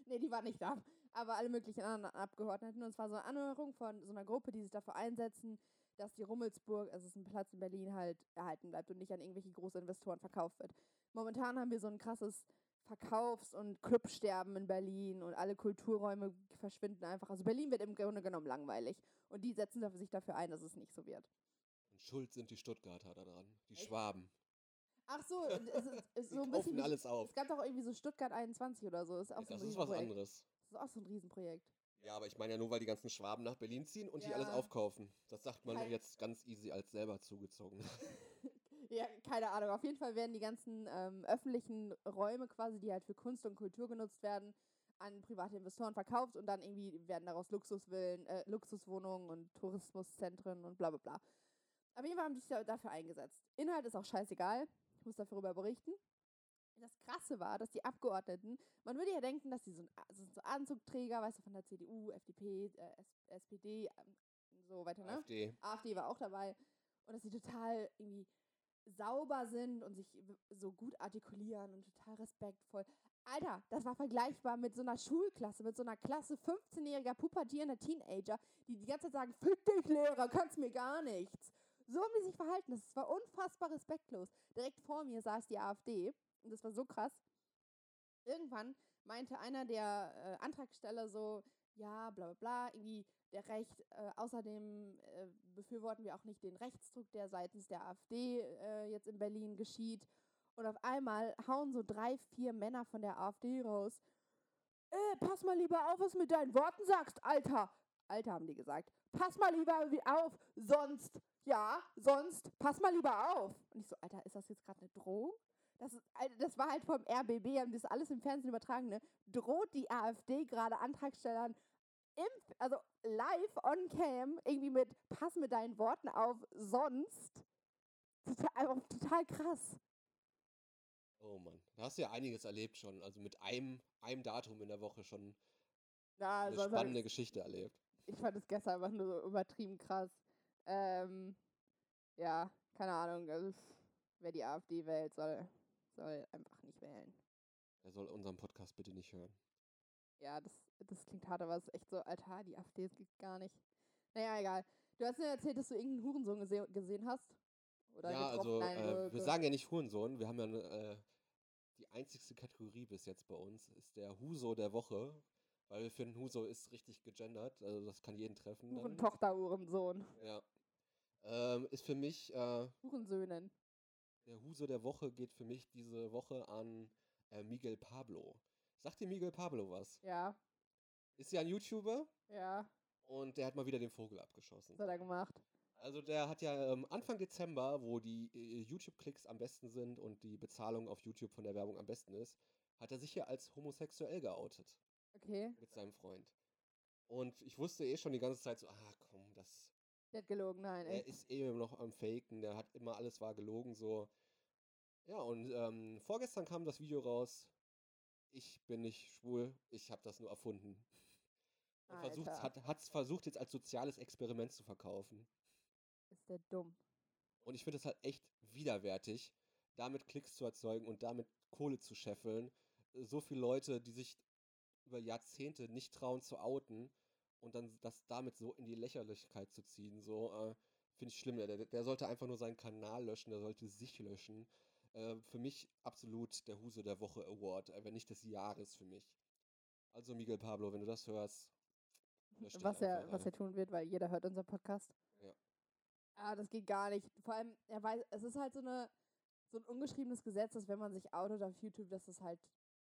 Speaker 1: nee, die war nicht da. Aber alle möglichen anderen Abgeordneten. Und zwar so eine Anhörung von so einer Gruppe, die sich dafür einsetzen, dass die Rummelsburg, also es ist ein Platz in Berlin, halt erhalten bleibt und nicht an irgendwelche Großinvestoren verkauft wird. Momentan haben wir so ein krasses Verkaufs- und Clubsterben in Berlin und alle Kulturräume verschwinden einfach. Also Berlin wird im Grunde genommen langweilig. Und die setzen dafür- sich dafür ein, dass es nicht so wird.
Speaker 2: Und schuld sind die Stuttgarter daran, die
Speaker 1: Echt?
Speaker 2: Schwaben.
Speaker 1: Ach so, es ist, es ist
Speaker 2: Die
Speaker 1: so ein bisschen.
Speaker 2: kaufen
Speaker 1: wie-
Speaker 2: alles auf.
Speaker 1: Es gab doch irgendwie so Stuttgart 21 oder so. Ist auch
Speaker 2: Ey,
Speaker 1: so ein
Speaker 2: das ist was
Speaker 1: Riesenprojekt.
Speaker 2: anderes.
Speaker 1: Das ist auch so ein Riesenprojekt.
Speaker 2: Ja, aber ich meine ja nur, weil die ganzen Schwaben nach Berlin ziehen und hier alles
Speaker 1: Ja. Halt.
Speaker 2: aufkaufen. Das sagt man doch
Speaker 1: Kein-
Speaker 2: jetzt ganz easy als selber zugezogen.
Speaker 1: Ja, keine Ahnung. Auf jeden Fall werden die ganzen ähm, öffentlichen Räume quasi, die halt für Kunst und Kultur genutzt werden, an private Investoren verkauft und dann irgendwie werden daraus Luxusvillen, äh, Luxuswohnungen und Tourismuszentren und bla bla bla. Aber jeden Fall haben die sich da- dafür eingesetzt. Inhalt ist auch scheißegal. Ich muss darüber berichten. Das Krasse war, dass die Abgeordneten, man würde ja denken, dass die so, ein, A- so, so Anzugträger, weißt du, von der CDU, FDP, äh, S- SPD, ähm, so weiter, ne?
Speaker 2: AfD.
Speaker 1: AfD war auch dabei. Und dass sie total irgendwie sauber sind und sich w- so gut artikulieren und total respektvoll. Alter, das war vergleichbar mit so einer Schulklasse, mit so einer Klasse 15-jähriger pubertierender Teenager, die die ganze Zeit sagen, fick dich Lehrer, kannst mir gar nichts. So haben die sich verhalten. Das war unfassbar respektlos. Direkt vor mir saß die AfD und das war so krass. Irgendwann meinte einer der äh, Antragsteller so, ja, bla bla bla, irgendwie der Recht. Äh, außerdem äh, befürworten wir auch nicht den Rechtsdruck, der seitens der AfD äh, jetzt in Berlin geschieht. Und auf einmal hauen so drei, vier Männer von der AfD raus. Äh, pass mal lieber auf, was du mit deinen Worten sagst, Alter. Alter, haben die gesagt. Pass mal lieber wie- auf, sonst, ja, sonst, pass mal lieber auf. Und ich so, Alter, ist das jetzt gerade eine Drohung? Das, ist, Alter, das war halt vom RBB, haben das alles im Fernsehen übertragen, ne? Droht die AfD gerade Antragstellern im, also live on cam, irgendwie mit, pass mit deinen Worten auf, sonst. Total, einfach total krass.
Speaker 2: Oh Mann. Da hast du ja einiges erlebt schon. Also mit einem, einem Datum in der Woche schon
Speaker 1: Ja,
Speaker 2: eine
Speaker 1: sonst hab also,
Speaker 2: spannende
Speaker 1: ich-
Speaker 2: Geschichte erlebt.
Speaker 1: ich fand es gestern einfach nur so übertrieben krass. Ähm, ja, keine Ahnung. Also, pff, wer die AfD wählt, soll, soll einfach nicht wählen.
Speaker 2: Er soll unseren Podcast bitte nicht hören.
Speaker 1: Ja, das, das klingt hart, aber es ist echt so, Alter, die AfD es geht gar nicht. Naja, egal. Du hast mir erzählt, dass du irgendeinen Hurensohn gese gesehen hast. Oder
Speaker 2: ja,
Speaker 1: getroffen.
Speaker 2: also
Speaker 1: Nein,
Speaker 2: äh,
Speaker 1: ge-
Speaker 2: wir
Speaker 1: ge-
Speaker 2: sagen ja nicht Hurensohn, wir haben ja äh, die einzigste Kategorie bis jetzt bei uns, ist der Huso der Woche, weil wir finden, Huso ist richtig gegendert, also das kann jeden treffen. dann.
Speaker 1: Hurentochter, Hurensohn.
Speaker 2: Ja. Ähm, ist für mich, äh,
Speaker 1: Hurensöhnen.
Speaker 2: der Huso der Woche geht für mich diese Woche an äh, Miguel Pablo. Sagt dir Miguel Pablo was?
Speaker 1: Ja,
Speaker 2: Ist ja ein YouTuber
Speaker 1: ja.
Speaker 2: und der hat mal wieder den Vogel abgeschossen.
Speaker 1: Was hat er gemacht?
Speaker 2: Also der hat ja ähm, Anfang Dezember, wo die äh, YouTube-Klicks am besten sind und die Bezahlung auf YouTube von der Werbung am besten ist, hat er sich ja als homosexuell geoutet
Speaker 1: Okay,
Speaker 2: mit seinem Freund. Und ich wusste eh schon die ganze Zeit so, ah komm, das,
Speaker 1: der hat gelogen, nein.
Speaker 2: er
Speaker 1: Echt.
Speaker 2: ist eh immer noch am Faken, der hat immer alles war gelogen, so. Ja, und ähm, vorgestern kam das Video raus, ich bin nicht schwul, ich habe das nur erfunden. Und versucht,
Speaker 1: Alter.
Speaker 2: hat hat's versucht, jetzt als soziales Experiment zu verkaufen.
Speaker 1: Ist der dumm.
Speaker 2: Und ich finde das halt echt widerwärtig, damit Klicks zu erzeugen und damit Kohle zu scheffeln. So viele Leute, die sich über Jahrzehnte nicht trauen zu outen und dann das damit so in die Lächerlichkeit zu ziehen, so äh, finde ich schlimm. Der, der- der sollte einfach nur seinen Kanal löschen, der sollte sich löschen. Äh, für mich absolut der Huse der Woche Award, äh, wenn nicht des Jahres für mich. Also Miguel Pablo, wenn du das hörst, lösch dich
Speaker 1: was er,
Speaker 2: einfach,
Speaker 1: was
Speaker 2: äh.
Speaker 1: er tun wird, weil jeder hört unseren Podcast.
Speaker 2: Ja.
Speaker 1: Ah, das geht gar nicht. Vor allem, er weiß, es ist halt so eine so ein ungeschriebenes Gesetz, dass wenn man sich outet auf YouTube, dass es halt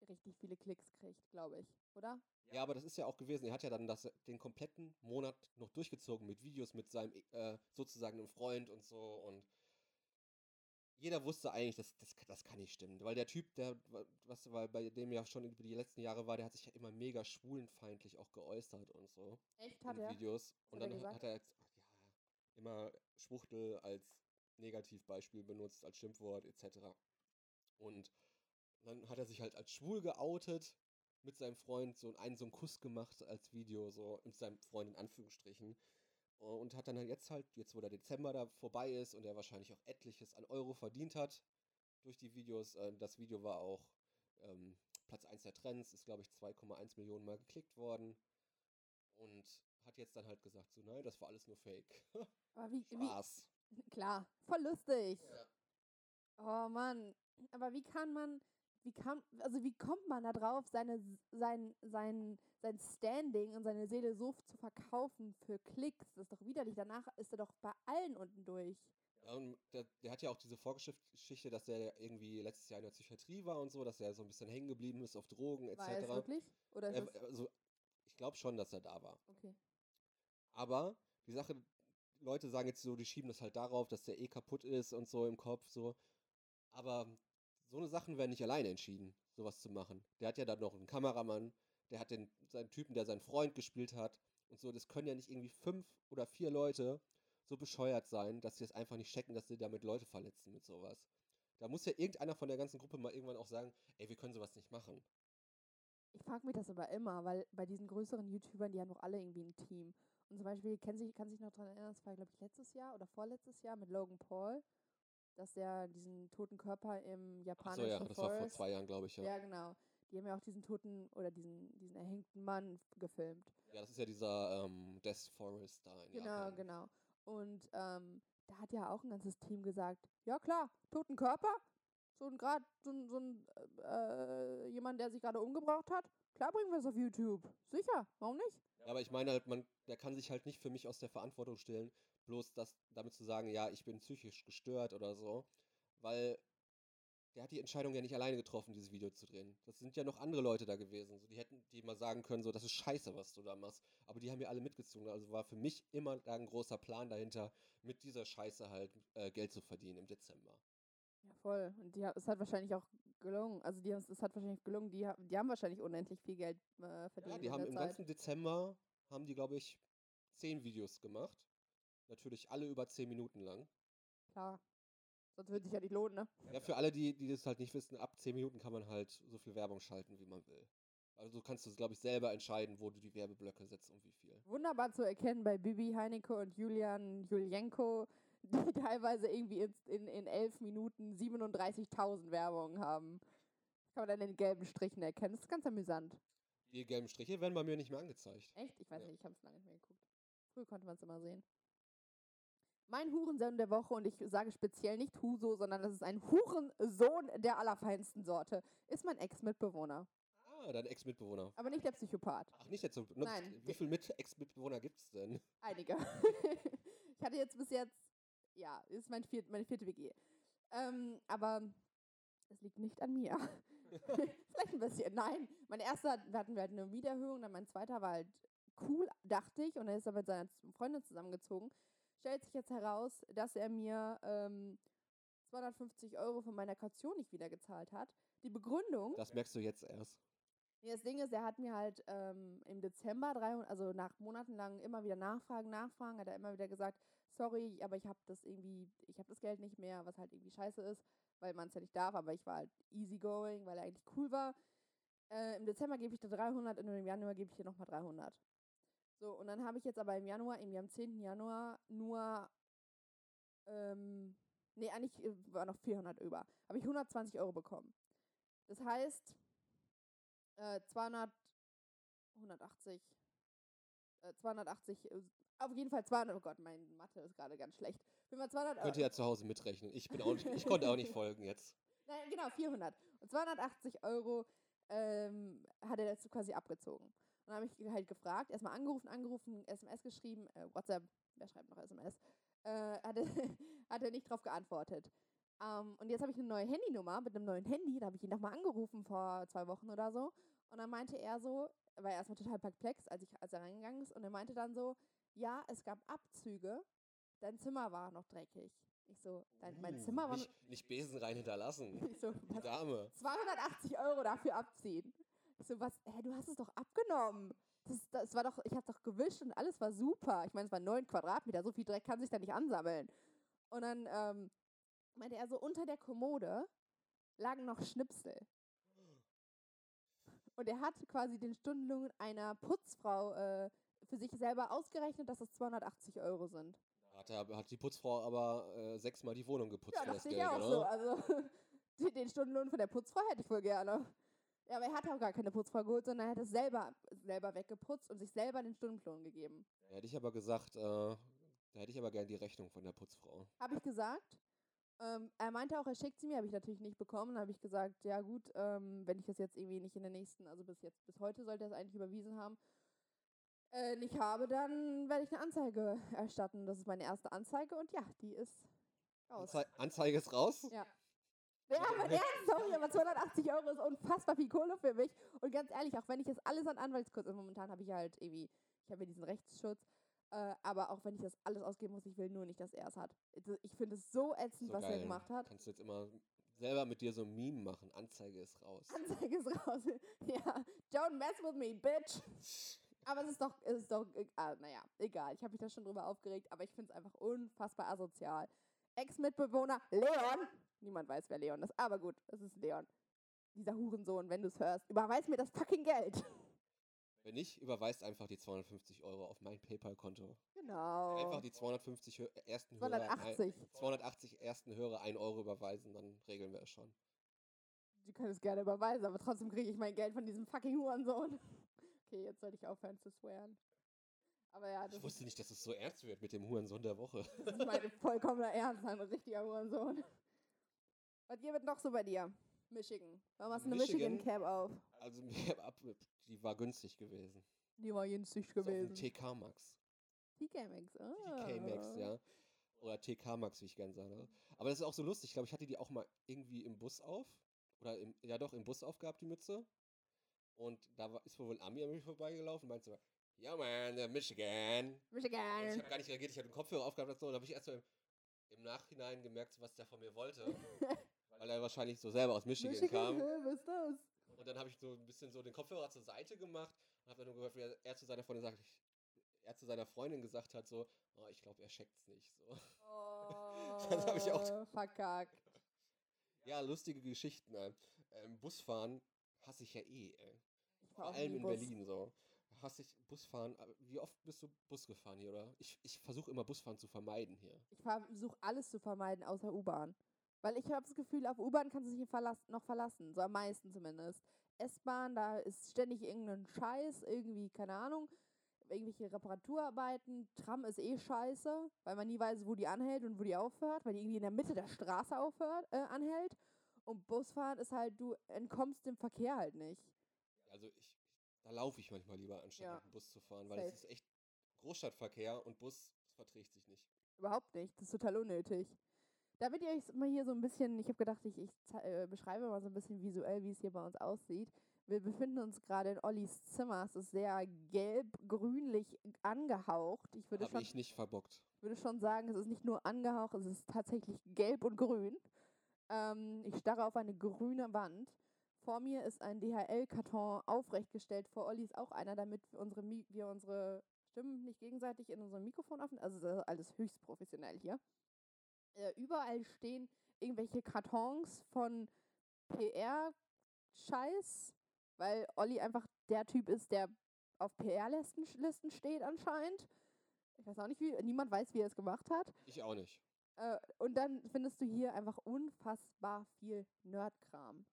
Speaker 1: richtig viele Klicks kriegt, glaube ich, oder?
Speaker 2: Ja, aber das ist ja auch gewesen. Er hat ja dann das, den kompletten Monat noch durchgezogen mit Videos mit seinem äh, sozusagen einem Freund und so. Und jeder wusste eigentlich, das, das, das kann nicht stimmen. Weil der Typ, der, wa- was weil bei dem ja schon über die letzten Jahre war, der hat sich ja immer mega schwulenfeindlich auch geäußert und so
Speaker 1: Echt
Speaker 2: in
Speaker 1: hat
Speaker 2: den
Speaker 1: er?
Speaker 2: Videos. Und
Speaker 1: er
Speaker 2: dann hat
Speaker 1: gesagt?
Speaker 2: er jetzt, ja, immer Schwuchtel als Negativbeispiel benutzt, als Schimpfwort etc. Und dann hat er sich halt als schwul geoutet, mit seinem Freund so einen so einen Kuss gemacht als Video, so mit seinem Freund in Anführungsstrichen. Und hat dann halt jetzt halt, jetzt wo der Dezember da vorbei ist und er wahrscheinlich auch etliches an Euro verdient hat durch die Videos, äh, das Video war auch ähm, Platz 1 der Trends, ist glaube ich 2,1 Millionen Mal geklickt worden und hat jetzt dann halt gesagt, so nein, das war alles nur Fake.
Speaker 1: Aber wie, wie
Speaker 2: Spaß.
Speaker 1: klar, voll lustig.
Speaker 2: Ja.
Speaker 1: Oh Mann, aber wie kann man, wie kann, also wie kommt man da drauf, seine, sein, sein, sein Standing und seine Seele so zu verkaufen für Klicks? Das ist doch widerlich. Danach ist er doch bei allen unten durch.
Speaker 2: Ja, und der, der hat ja auch diese Vorgeschichte, dass er irgendwie letztes Jahr in der Psychiatrie war und so, dass er so ein bisschen hängen geblieben ist auf Drogen etc.
Speaker 1: War er es wirklich? Oder
Speaker 2: Er-
Speaker 1: ist es,
Speaker 2: also, ich glaube schon, dass er da war.
Speaker 1: Okay.
Speaker 2: Aber die Sache, Leute sagen jetzt so, die schieben das halt darauf, dass der eh kaputt ist und so im Kopf, so. Aber so eine Sachen werden nicht alleine entschieden, sowas zu machen. Der hat ja dann noch einen Kameramann, der hat den, seinen Typen, der seinen Freund gespielt hat und so. Das können ja nicht irgendwie fünf oder vier Leute so bescheuert sein, dass sie es einfach nicht checken, dass sie damit Leute verletzen mit sowas. Da muss ja irgendeiner von der ganzen Gruppe mal irgendwann auch sagen, ey, wir können sowas nicht machen.
Speaker 1: Ich frage mich das aber immer, weil bei diesen größeren YouTubern, die haben doch alle irgendwie ein Team. Und zum Beispiel, kennt sich, kann sich noch dran erinnern, das war, glaube ich, letztes Jahr oder vorletztes Jahr mit Logan Paul, dass der diesen toten Körper im
Speaker 2: Ach
Speaker 1: japanischen
Speaker 2: so ja, das war vor
Speaker 1: Forest-
Speaker 2: zwei Jahren, glaube ich, ja.
Speaker 1: Ja, genau. Die haben ja auch diesen toten oder diesen, diesen erhängten Mann gefilmt.
Speaker 2: Ja, das ist ja dieser ähm, Death Forest da in
Speaker 1: Genau,
Speaker 2: Japan.
Speaker 1: genau. Und ähm, da hat ja auch ein ganzes Team gesagt, ja klar, toten Körper, so ein grad, so ein, so ein äh, äh, jemand, der sich gerade umgebracht hat, klar bringen wir es auf YouTube. Sicher, warum nicht?
Speaker 2: Ja, aber ich meine halt, man, der kann sich halt nicht für mich aus der Verantwortung stellen, bloß das damit zu sagen, ja, ich bin psychisch gestört oder so, weil der hat die Entscheidung ja nicht alleine getroffen, dieses Video zu drehen. Das sind ja noch andere Leute da gewesen, so, die hätten die mal sagen können, so, das ist scheiße, was du da machst. Aber die haben ja alle mitgezogen, also war für mich immer da ein großer Plan dahinter, mit dieser Scheiße halt äh, Geld zu verdienen im Dezember.
Speaker 1: Ja, voll. Und die, ha- es hat wahrscheinlich auch gelungen. Also die haben es hat wahrscheinlich gelungen. Die, ha- die haben wahrscheinlich unendlich viel Geld äh, verdient.
Speaker 2: Ja,
Speaker 1: in
Speaker 2: die haben
Speaker 1: der
Speaker 2: im
Speaker 1: Zeit.
Speaker 2: ganzen Dezember, haben die, glaube ich, zehn Videos gemacht. Natürlich alle über zehn Minuten lang.
Speaker 1: Klar. Sonst würde sich ja nicht lohnen, ne?
Speaker 2: Ja, für alle, die, die das halt nicht wissen, ab 10 Minuten kann man halt so viel Werbung schalten, wie man will. Also du kannst du, glaube ich, selber entscheiden, wo du die Werbeblöcke setzt und wie viel.
Speaker 1: wunderbar zu erkennen bei Bibi Heinecke und Julian Julienko, die teilweise irgendwie in, in, in 11 Minuten 37.000 Werbungen haben. Das kann man dann in den gelben Strichen erkennen. Das ist ganz amüsant.
Speaker 2: Die gelben Striche werden bei mir nicht mehr angezeigt.
Speaker 1: Echt? Ich weiß
Speaker 2: Ja.
Speaker 1: nicht, ich habe es lange nicht mehr geguckt. Früher konnte man es immer sehen. Mein Hurensohn der Woche, und ich sage speziell nicht Huso, sondern das ist ein Hurensohn der allerfeinsten Sorte, ist mein Ex-Mitbewohner.
Speaker 2: Ah, dein Ex-Mitbewohner.
Speaker 1: Aber nicht der Psychopath.
Speaker 2: Ach, nicht jetzt so. ne,
Speaker 1: Nein,
Speaker 2: Wie
Speaker 1: der-
Speaker 2: viele Mit Ex-Mitbewohner gibt's denn?
Speaker 1: Einige. ich hatte jetzt bis jetzt, ja, ist mein viert, meine vierte WG. Ähm, aber es liegt nicht an mir. Vielleicht ein bisschen. Nein, mein erster hat- da hatten wir halt eine Wiederhöhung, dann mein zweiter war halt cool, dachte ich, und dann ist er mit seiner Z- Freundin zusammengezogen. Stellt sich jetzt heraus, dass er mir ähm, 250 Euro von meiner Kaution nicht wiedergezahlt hat. Die Begründung,
Speaker 2: Das merkst du jetzt erst.
Speaker 1: Nee, das Ding ist, er hat mir halt ähm, im Dezember, drei, also nach monatelang immer wieder Nachfragen, Nachfragen, hat er immer wieder gesagt, sorry, aber ich habe das irgendwie, ich habe das Geld nicht mehr, was halt irgendwie scheiße ist, weil man es ja nicht darf, aber ich war halt easygoing, weil er eigentlich cool war. Äh, Im Dezember gebe ich dir 300 und im Januar gebe ich dir nochmal 300. So, und dann habe ich jetzt aber im Januar, irgendwie am 10. Januar nur, ähm, nee, eigentlich äh, war noch 400 über, habe ich 120 Euro bekommen. Das heißt, äh, 200, 180, äh, 280, äh, auf jeden Fall 200, oh Gott, meine Mathe ist gerade ganz schlecht. Bin mal 200 Euro.
Speaker 2: Könnt ihr ja zu Hause mitrechnen. Ich, bin auch nicht, ich konnte auch nicht folgen jetzt.
Speaker 1: Nein, genau, 400. Und 280 Euro ähm, hat er dazu quasi abgezogen. Und dann habe ich halt gefragt, erstmal angerufen, angerufen, SMS geschrieben, äh, WhatsApp, wer schreibt noch SMS? Äh, hat, er, hat er nicht drauf geantwortet. Ähm, und jetzt habe ich eine neue Handynummer mit einem neuen Handy, da habe ich ihn nochmal angerufen vor zwei Wochen oder so. Und dann meinte er so, er war erstmal total perplex, als, ich, als er reingegangen ist, und er meinte dann so, ja, es gab Abzüge, dein Zimmer war noch dreckig. Ich so, dein, mein
Speaker 2: Uh,
Speaker 1: Zimmer war noch...
Speaker 2: nicht, nicht Besen rein hinterlassen.
Speaker 1: Ich so,
Speaker 2: Die
Speaker 1: was
Speaker 2: Dame.
Speaker 1: 280 Euro dafür abziehen. Ich so, was, hä, du hast es doch abgenommen. Das, das war doch, ich hab's doch gewischt und alles war super. Ich meine, es waren neun Quadratmeter, so viel Dreck kann sich da nicht ansammeln. Und dann ähm, meinte er so, unter der Kommode lagen noch Schnipsel. Und er hat quasi den Stundenlohn einer Putzfrau äh, für sich selber ausgerechnet, dass es 280 Euro sind.
Speaker 2: Hat, er, hat die Putzfrau aber äh, sechsmal die Wohnung geputzt
Speaker 1: Ja,
Speaker 2: für das
Speaker 1: dachte ich
Speaker 2: Geld,
Speaker 1: auch
Speaker 2: oder?
Speaker 1: so. Also den- den Stundenlohn von der Putzfrau hätte ich wohl gerne. Ja, aber er hat auch gar keine Putzfrau geholt, sondern er hat es selber, selber weggeputzt und sich selber den Stundenlohn gegeben.
Speaker 2: Da hätte ich aber gesagt, äh, da hätte ich aber gern die Rechnung von der Putzfrau.
Speaker 1: Habe ich gesagt. Ähm, er meinte auch, er schickt sie mir, habe ich natürlich nicht bekommen. Dann habe ich gesagt, ja gut, ähm, wenn ich das jetzt irgendwie nicht in der nächsten, also bis jetzt, bis heute sollte er es eigentlich überwiesen haben, äh, nicht habe, dann werde ich eine Anzeige erstatten. Das ist meine erste Anzeige und ja, die ist raus.
Speaker 2: Anzei Anzeige ist raus?
Speaker 1: Ja. Ja, aber
Speaker 2: Äh,
Speaker 1: ernst, sorry, aber 280 Euro ist unfassbar viel Kohle für mich. Und ganz ehrlich, auch wenn ich das alles an Anwaltskosten, momentan habe ich halt irgendwie, ich habe ja diesen Rechtsschutz, äh, aber auch wenn ich das alles ausgeben muss, ich will nur nicht, dass er es hat. Also Ich finde es so ätzend,
Speaker 2: So
Speaker 1: was er
Speaker 2: geil.
Speaker 1: gemacht hat.
Speaker 2: Kannst du jetzt immer selber mit dir so ein Meme machen. Anzeige ist raus.
Speaker 1: Anzeige ist raus. ja, don't mess with me, bitch. Aber es ist doch, es ist doch, äh, ah, naja, egal. Ich habe mich da schon drüber aufgeregt, aber ich finde es einfach unfassbar asozial. Ex-Mitbewohner Leon. Niemand weiß, wer Leon ist, aber gut, es ist Leon. Dieser Hurensohn, wenn du es hörst, überweis mir das fucking Geld.
Speaker 2: Wenn nicht, überweist einfach die 250 Euro auf mein PayPal-Konto. Einfach
Speaker 1: Genau.
Speaker 2: die 250 Hö ersten Hörer.
Speaker 1: 280.
Speaker 2: Ein, 280 ersten Hörer 1 Euro überweisen, dann regeln wir es schon.
Speaker 1: Du kannst es gerne überweisen, aber trotzdem kriege ich mein Geld von diesem fucking Hurensohn. Okay, jetzt sollte ich aufhören zu swearen. Aber ja, das
Speaker 2: Ich
Speaker 1: ist
Speaker 2: wusste nicht, dass es so ernst wird mit dem Hurensohn der Woche.
Speaker 1: Das ist mein vollkommener Ernst, ein richtiger Hurensohn. Was hier wird noch so bei dir? Michigan. Warum hast du eine
Speaker 2: Michigan?
Speaker 1: Michigan-Cap auf?
Speaker 2: Also, mir ab- die war günstig gewesen.
Speaker 1: Die war günstig
Speaker 2: Ist auf dem
Speaker 1: gewesen.
Speaker 2: TK Max.
Speaker 1: TK Max. Ah.
Speaker 2: TK Max, ja. Oder TK Max, wie ich gerne sage. Aber das ist auch so lustig. Ich glaube, ich hatte die auch mal irgendwie im Bus auf. Oder im, ja doch, im Bus aufgehabt, die Mütze. Und da war, ist wohl ein Ami an mir vorbeigelaufen und meinte so, ja man, der Michigan. Und ich
Speaker 1: Michigan.
Speaker 2: habe gar nicht reagiert, ich hatte den Kopfhörer aufgehabt und so, und da habe ich erst mal im, im Nachhinein gemerkt, was der von mir wollte. weil er wahrscheinlich so selber aus Michigan,
Speaker 1: Michigan,
Speaker 2: kam.
Speaker 1: hä, was ist das?
Speaker 2: Und dann habe ich so ein bisschen so den Kopfhörer zur Seite gemacht und habe dann nur gehört, wie er- er zu seiner Freundin sagt, er zu seiner Freundin gesagt hat, so, oh, ich glaube, er checkt's nicht. So. Das hab ich auch-
Speaker 1: Oh, Verkackt.
Speaker 2: Ja, lustige Geschichten. ey. Ähm, Busfahren hasse ich ja eh, ey.
Speaker 1: Ich war
Speaker 2: Vor
Speaker 1: auch
Speaker 2: allem
Speaker 1: nie
Speaker 2: in
Speaker 1: Bus.
Speaker 2: Berlin so. Hasse ich Busfahren. Aber Wie oft bist du Bus gefahren hier, oder? Ich, ich versuche immer Busfahren zu vermeiden hier.
Speaker 1: Ich versuche alles zu vermeiden, außer U-Bahn. Weil ich habe das Gefühl, auf U-Bahn kannst du dich nicht verlass noch verlassen, so am meisten zumindest. S-Bahn, da ist ständig irgendein Scheiß, irgendwie, keine Ahnung, irgendwelche Reparaturarbeiten. Tram ist eh scheiße, weil man nie weiß, wo die anhält und wo die aufhört, weil die irgendwie in der Mitte der Straße aufhört, äh, anhält. Und Busfahren ist halt, du entkommst dem Verkehr halt nicht.
Speaker 2: Also ich, da laufe ich manchmal lieber, anstatt
Speaker 1: Ja.
Speaker 2: mit dem Bus zu fahren, weil es
Speaker 1: Safe.
Speaker 2: ist echt Großstadtverkehr und Bus das verträgt sich nicht.
Speaker 1: Überhaupt nicht. Das ist total unnötig. Damit ihr euch mal hier so ein bisschen, ich habe gedacht, ich, ich ze- äh, beschreibe mal so ein bisschen visuell, wie es hier bei uns aussieht. Wir befinden uns gerade in Ollis Zimmer. Es ist sehr gelb-grünlich angehaucht. Ich würde,
Speaker 2: Habe
Speaker 1: schon,
Speaker 2: ich nicht verbockt.
Speaker 1: würde schon sagen, es ist nicht nur angehaucht, es ist tatsächlich gelb und grün. Ähm, ich starre auf eine grüne Wand. Vor mir ist ein DHL-Karton aufrechtgestellt. Vor Olli ist auch einer, damit wir unsere, Mi wir unsere Stimmen nicht gegenseitig in unserem Mikrofon öffnen. Also das ist alles höchst professionell hier. Äh, überall stehen irgendwelche Kartons von PR-Scheiß, weil Olli einfach der Typ ist, der auf PR-Listen Listen steht anscheinend. Ich weiß auch nicht, wie. Niemand weiß, wie er es gemacht hat.
Speaker 2: Ich auch nicht.
Speaker 1: Äh, und dann findest du hier einfach unfassbar viel Nerdkram.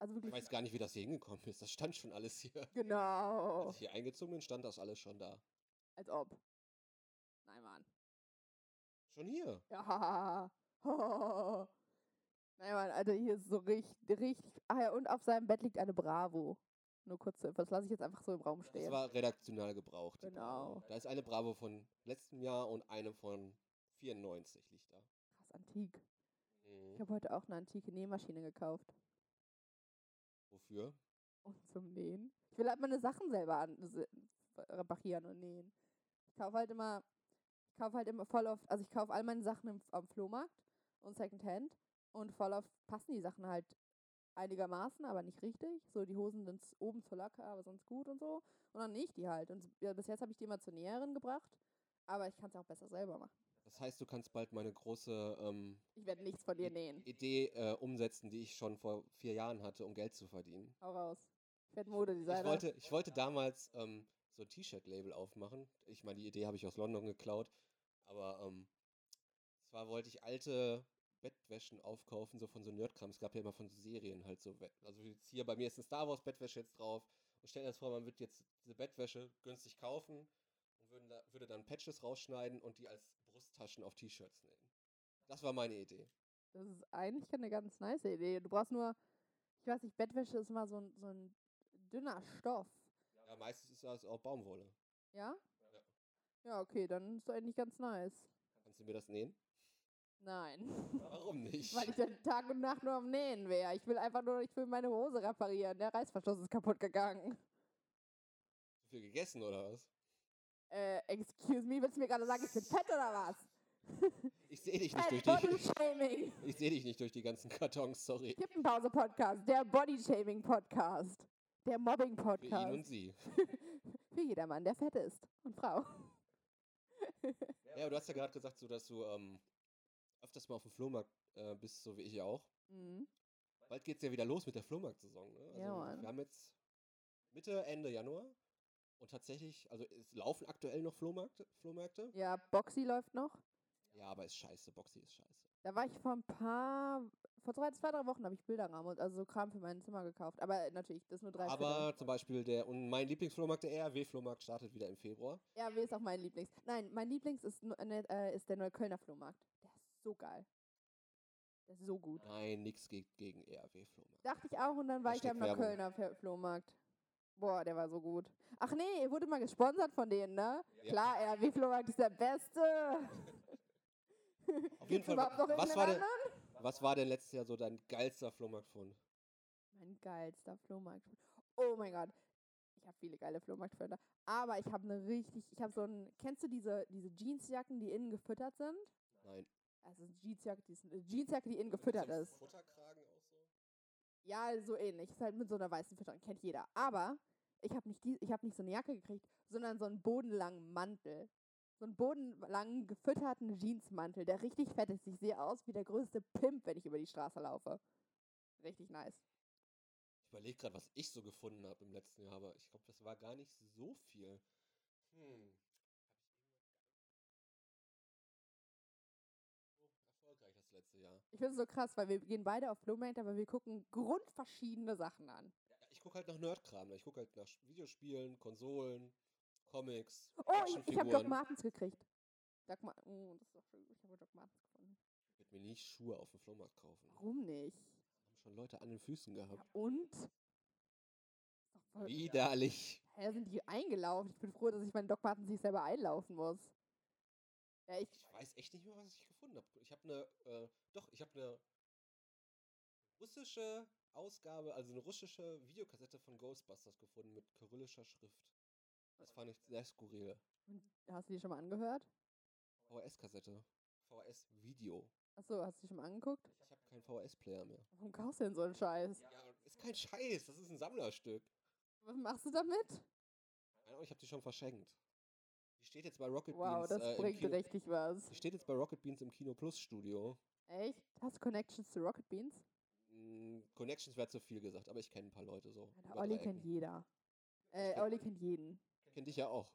Speaker 1: Also
Speaker 2: Ich
Speaker 1: wirklich.
Speaker 2: weiß gar nicht, wie das hier hingekommen ist. Das stand schon alles hier.
Speaker 1: genau.
Speaker 2: Als ich hier eingezogen bin, stand das alles schon da.
Speaker 1: Als ob. Nein, Mann.
Speaker 2: Schon hier.
Speaker 1: Ja. Nein, Mann, Alter, hier ist so richtig, richtig. Ach ja, und auf seinem Bett liegt eine Bravo. Nur kurz, zur Info, das lasse ich jetzt einfach so im Raum
Speaker 2: Das
Speaker 1: stehen.
Speaker 2: war redaktional gebraucht. die
Speaker 1: Genau.
Speaker 2: Bravo. Da ist eine Bravo von letztem Jahr und eine von 94 liegt da.
Speaker 1: Krass, antik. Ich
Speaker 2: Mhm.
Speaker 1: habe heute auch eine antike Nähmaschine gekauft.
Speaker 2: Wofür?
Speaker 1: Und zum Nähen. Ich will halt meine Sachen selber an se- reparieren und nähen. Ich kaufe halt immer, ich kaufe halt immer voll oft, also ich kaufe all meine Sachen im, am Flohmarkt und Secondhand und voll oft passen die Sachen halt einigermaßen, aber nicht richtig. So die Hosen sind z- oben zur Lacke, aber sonst gut und so. Und dann nähe ich die halt. Und s- ja, bis jetzt habe ich die immer zur Näherin gebracht, aber ich kann es ja auch besser selber machen.
Speaker 2: Das heißt, du kannst bald meine große ähm,
Speaker 1: Ich werde nichts von dir nähen.
Speaker 2: Idee äh, umsetzen, die ich schon vor vier Jahren hatte, um Geld zu verdienen.
Speaker 1: Hau raus. Ich werde
Speaker 2: Ich
Speaker 1: Modedesigner.
Speaker 2: wollte, ich wollte damals ähm, so ein T-Shirt-Label aufmachen. Ich meine, die Idee habe ich aus London geklaut. Aber ähm, zwar wollte ich alte Bettwäschen aufkaufen, so von so Nerdkram. Es gab ja immer von so Serien halt so. Wett- Also jetzt hier bei mir ist eine Star Wars Bettwäsche jetzt drauf. Und stell dir das vor, man würde jetzt diese Bettwäsche günstig kaufen und würden da, würde dann Patches rausschneiden und die als Brusttaschen auf T-Shirts nähen. Das war meine Idee.
Speaker 1: Das ist eigentlich eine ganz nice Idee. Du brauchst nur, ich weiß nicht, Bettwäsche ist immer so ein, so ein dünner Stoff.
Speaker 2: Ja, meistens ist das auch Baumwolle.
Speaker 1: Ja? Ja, okay, dann ist doch eigentlich ganz nice.
Speaker 2: Kannst du mir das nähen?
Speaker 1: Nein.
Speaker 2: Warum nicht?
Speaker 1: Weil ich dann Tag und Nacht nur am Nähen wäre. Ich will einfach nur, ich will meine Hose reparieren. Der Reißverschluss ist kaputt gegangen.
Speaker 2: Zu viel gegessen oder was?
Speaker 1: Äh, excuse me, willst du mir gerade sagen, ich bin fett oder was?
Speaker 2: Ich sehe dich nicht durch
Speaker 1: Fett,
Speaker 2: die.
Speaker 1: Body Shaming.
Speaker 2: Ich sehe dich nicht durch die ganzen Kartons, sorry.
Speaker 1: Kippenpause Podcast, der Body Shaming Podcast, der Mobbing
Speaker 2: Für ihn und
Speaker 1: Podcast.
Speaker 2: sie.
Speaker 1: Für jedermann, der fett ist und Frau.
Speaker 2: Ja, aber du hast ja gerade gesagt, so, dass du ähm, öfters mal auf dem Flohmarkt äh, bist, so wie ich ja auch.
Speaker 1: Mhm.
Speaker 2: Bald geht's ja wieder los mit der Flohmarktsaison. Ne? Also
Speaker 1: Ja, Mann.
Speaker 2: wir haben jetzt Mitte, Ende Januar und tatsächlich, also es laufen aktuell noch Flohmärkte. Flohmärkte.
Speaker 1: Ja, Boxy läuft noch.
Speaker 2: Ja, aber ist scheiße, Boxy ist scheiße.
Speaker 1: Da war ich vor ein paar, vor drei, zwei, drei Wochen habe ich Bilderrahmen und also so Kram für mein Zimmer gekauft. Aber äh, natürlich, das ist nur drei
Speaker 2: Aber zum Beispiel der und mein Lieblingsflohmarkt, der RW-Flohmarkt, startet wieder im Februar.
Speaker 1: Ja, RW ist auch mein Lieblings. Nein, mein Lieblings ist, nu- ne- äh, ist der Neuköllner Flohmarkt. Der ist so geil. Der ist so gut.
Speaker 2: Nein, nichts geht gegen RW-Flohmarkt.
Speaker 1: Dachte ich auch und dann war ich
Speaker 2: Hashtag
Speaker 1: am
Speaker 2: Werbung.
Speaker 1: Neuköllner Fe- Flohmarkt. Boah, der war so gut. Ach nee, ihr wurde mal gesponsert von denen, ne?
Speaker 2: Ja.
Speaker 1: Klar, RW Flohmarkt ist der beste.
Speaker 2: Auf jeden Fall,
Speaker 1: überhaupt noch
Speaker 2: was
Speaker 1: irgendeinen
Speaker 2: war, denn, was war denn letztes Jahr so dein geilster Flohmarktfund?
Speaker 1: Mein geilster Flohmarkt. Oh mein Gott. Ich habe viele geile Flohmarktfreunde. Aber ich habe eine richtig, ich habe so ein, kennst du diese, diese Jeansjacken, die innen gefüttert sind?
Speaker 2: Nein.
Speaker 1: Also eine Jeansjacke, die, ist, eine Jeansjacke, die innen gefüttert ist.
Speaker 2: Futterkragen auch so?
Speaker 1: Ja, so ähnlich. Ist halt mit so einer weißen Fütterung, kennt jeder. Aber ich habe nicht, die, ich hab nicht so eine Jacke gekriegt, sondern so einen bodenlangen Mantel. So einen bodenlangen, gefütterten Jeansmantel, der richtig fett ist. Ich sehe aus wie der größte Pimp, wenn ich über die Straße laufe. Richtig nice.
Speaker 2: Ich überlege gerade, was ich so gefunden habe im letzten Jahr, aber ich glaube, das war gar nicht so viel. Hm. So erfolgreich das letzte Jahr.
Speaker 1: Ich finde es so krass, weil wir gehen beide auf Blumate, aber wir gucken grundverschiedene Sachen an.
Speaker 2: Ja, ich gucke halt nach Nerdkram. ne? Ich gucke halt nach Sch- Videospielen, Konsolen, Comics,
Speaker 1: Oh, ich, ich habe Doc
Speaker 2: Actionfiguren.
Speaker 1: Martens gekriegt. Doc Ma oh, das ist doch schön. Ich habe Doc Martens gefunden.
Speaker 2: Ich würde mir nie Schuhe auf dem Flohmarkt kaufen. Haben
Speaker 1: Warum nicht?
Speaker 2: schon Leute an den Füßen
Speaker 1: Ja,
Speaker 2: gehabt.
Speaker 1: und? Ist doch voll-
Speaker 2: Widerlich.
Speaker 1: Hä, sind die eingelaufen? Ich bin froh, dass ich meinen Doc Martens nicht selber einlaufen muss. Ja, ich,
Speaker 2: Ich weiß echt nicht mehr, was ich gefunden habe. Ich habe eine, äh, doch, ich habe eine russische Ausgabe, also eine russische Videokassette von Ghostbusters gefunden mit kyrillischer Schrift. Das fand ich sehr skurril.
Speaker 1: hast du die schon mal angehört?
Speaker 2: VHS-Kassette. VHS-Video.
Speaker 1: Achso, hast du die schon mal angeguckt?
Speaker 2: Ich habe keinen VHS-Player mehr.
Speaker 1: Warum kaufst du denn so einen Scheiß?
Speaker 2: Ja, ist kein Scheiß, das ist ein Sammlerstück.
Speaker 1: Was machst du damit?
Speaker 2: Keine Ahnung, Ich habe die schon verschenkt. Die steht jetzt bei Rocket
Speaker 1: Wow,
Speaker 2: Beans.
Speaker 1: das
Speaker 2: äh, im
Speaker 1: bringt
Speaker 2: Kino,
Speaker 1: richtig was.
Speaker 2: Die steht jetzt bei Rocket Beans im Kino Plus Studio.
Speaker 1: Echt? Hast du Connections zu Rocket Beans?
Speaker 2: Mm, Connections wäre zu viel gesagt, aber ich kenne ein paar Leute so.
Speaker 1: Ja,
Speaker 2: über
Speaker 1: Der Olli
Speaker 2: drei
Speaker 1: kennt
Speaker 2: Ecken.
Speaker 1: jeder. Äh,
Speaker 2: kenn-
Speaker 1: Olli kennt jeden.
Speaker 2: Kennt dich ja auch.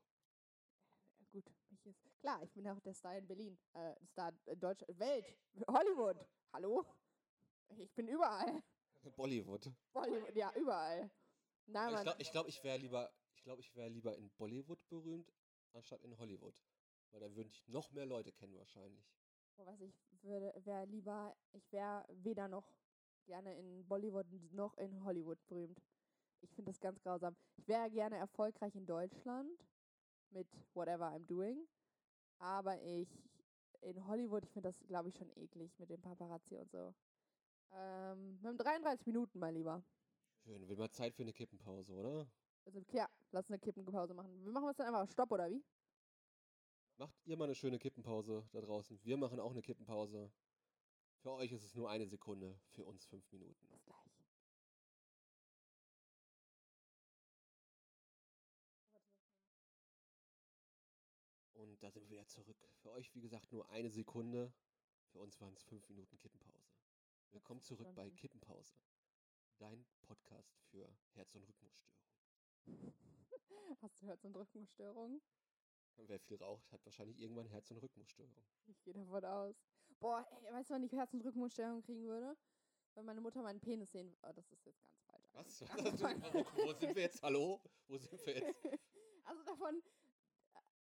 Speaker 1: Ja, gut, mich ist. Klar, ich bin auch der Star in Berlin. Äh, Star äh, Deutsch, Welt, Hollywood. Hallo? Ich bin überall.
Speaker 2: Bollywood.
Speaker 1: Bollywood, ja, überall. Nein,
Speaker 2: Aber ich
Speaker 1: Mann.
Speaker 2: glaube, ich, glaub, ich wäre lieber, ich glaub, ich wär lieber in Bollywood berühmt, anstatt in Hollywood. Weil dann würden ich noch mehr Leute kennen wahrscheinlich.
Speaker 1: Boah, weiß ich würde, wäre lieber, ich wäre weder noch gerne in Bollywood noch in Hollywood berühmt. Ich finde das ganz grausam. Ich wäre gerne erfolgreich in Deutschland mit whatever I'm doing, aber ich in Hollywood, ich finde das, glaube ich, schon eklig mit dem Paparazzi und so. Ähm, wir haben 33 Minuten mal lieber.
Speaker 2: Schön, wird mal Zeit für eine Kippenpause, oder?
Speaker 1: Also ja, lass eine Kippenpause machen. Wir machen es dann einfach auf Stopp oder wie?
Speaker 2: Macht ihr mal eine schöne Kippenpause da draußen. Wir machen auch eine Kippenpause. Für euch ist es nur eine Sekunde, für uns fünf Minuten.
Speaker 1: Bis gleich.
Speaker 2: Und da sind wir wieder zurück. Für euch, wie gesagt, nur eine Sekunde. Für uns waren es fünf Minuten Kippenpause. Willkommen zurück bei
Speaker 1: Verstanden.
Speaker 2: Kippenpause. Dein Podcast für Herz- und Rhythmusstörungen.
Speaker 1: Hast du gehört, so eine Drückenstörung?
Speaker 2: Wer viel raucht, hat wahrscheinlich irgendwann Herz- und Rhythmusstörungen.
Speaker 1: Ich gehe davon aus. Boah, ey, weißt du, wenn ich Herz- und Rückenmundstellung kriegen würde? Wenn meine Mutter meinen Penis sehen würde. Oh, das ist jetzt ganz falsch.
Speaker 2: Was?
Speaker 1: Also davon-
Speaker 2: Wo, wo sind wir jetzt? Hallo? Wo sind wir jetzt?
Speaker 1: also davon,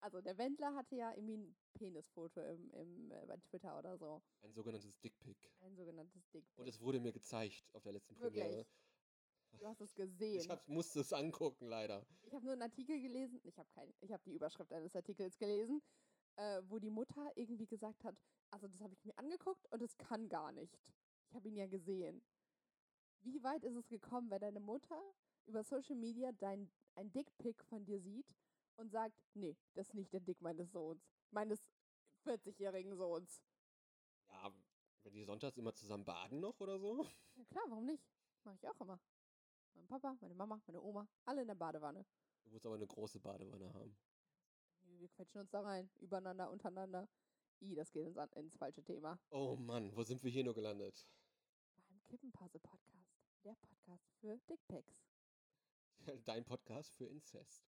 Speaker 1: also der Wendler hatte ja irgendwie ein Penisfoto im, im, äh, bei Twitter oder so.
Speaker 2: Ein sogenanntes Dickpick.
Speaker 1: Ein sogenanntes Dick.
Speaker 2: Und es wurde mir gezeigt auf der letzten Premiere.
Speaker 1: Wirklich. Du hast es gesehen.
Speaker 2: Ich hab, musste es angucken, leider.
Speaker 1: Ich habe nur einen Artikel gelesen. Ich habe keine, ich habe die Überschrift eines Artikels gelesen. äh, wo die Mutter irgendwie gesagt hat, also das habe ich mir angeguckt und es kann gar nicht. Ich habe ihn ja gesehen. Wie weit ist es gekommen, wenn deine Mutter über Social Media dein, ein Dickpick von dir sieht und sagt, nee, das ist nicht der Dick meines Sohns, meines 40-jährigen Sohns.
Speaker 2: Ja, wenn die sonntags immer zusammen baden noch oder so.
Speaker 1: Ja klar, warum nicht? Mache ich auch immer. Mein Papa, meine Mama, meine Oma, alle in der Badewanne.
Speaker 2: Du musst aber eine große Badewanne haben.
Speaker 1: Wir quetschen uns da rein, übereinander, untereinander. I, das geht ins, an- ins falsche Thema.
Speaker 2: Oh Mann, wo sind wir hier nur gelandet?
Speaker 1: Beim Kippenpause-Podcast. Der Podcast für Dickpics.
Speaker 2: Dein Podcast für Inzest.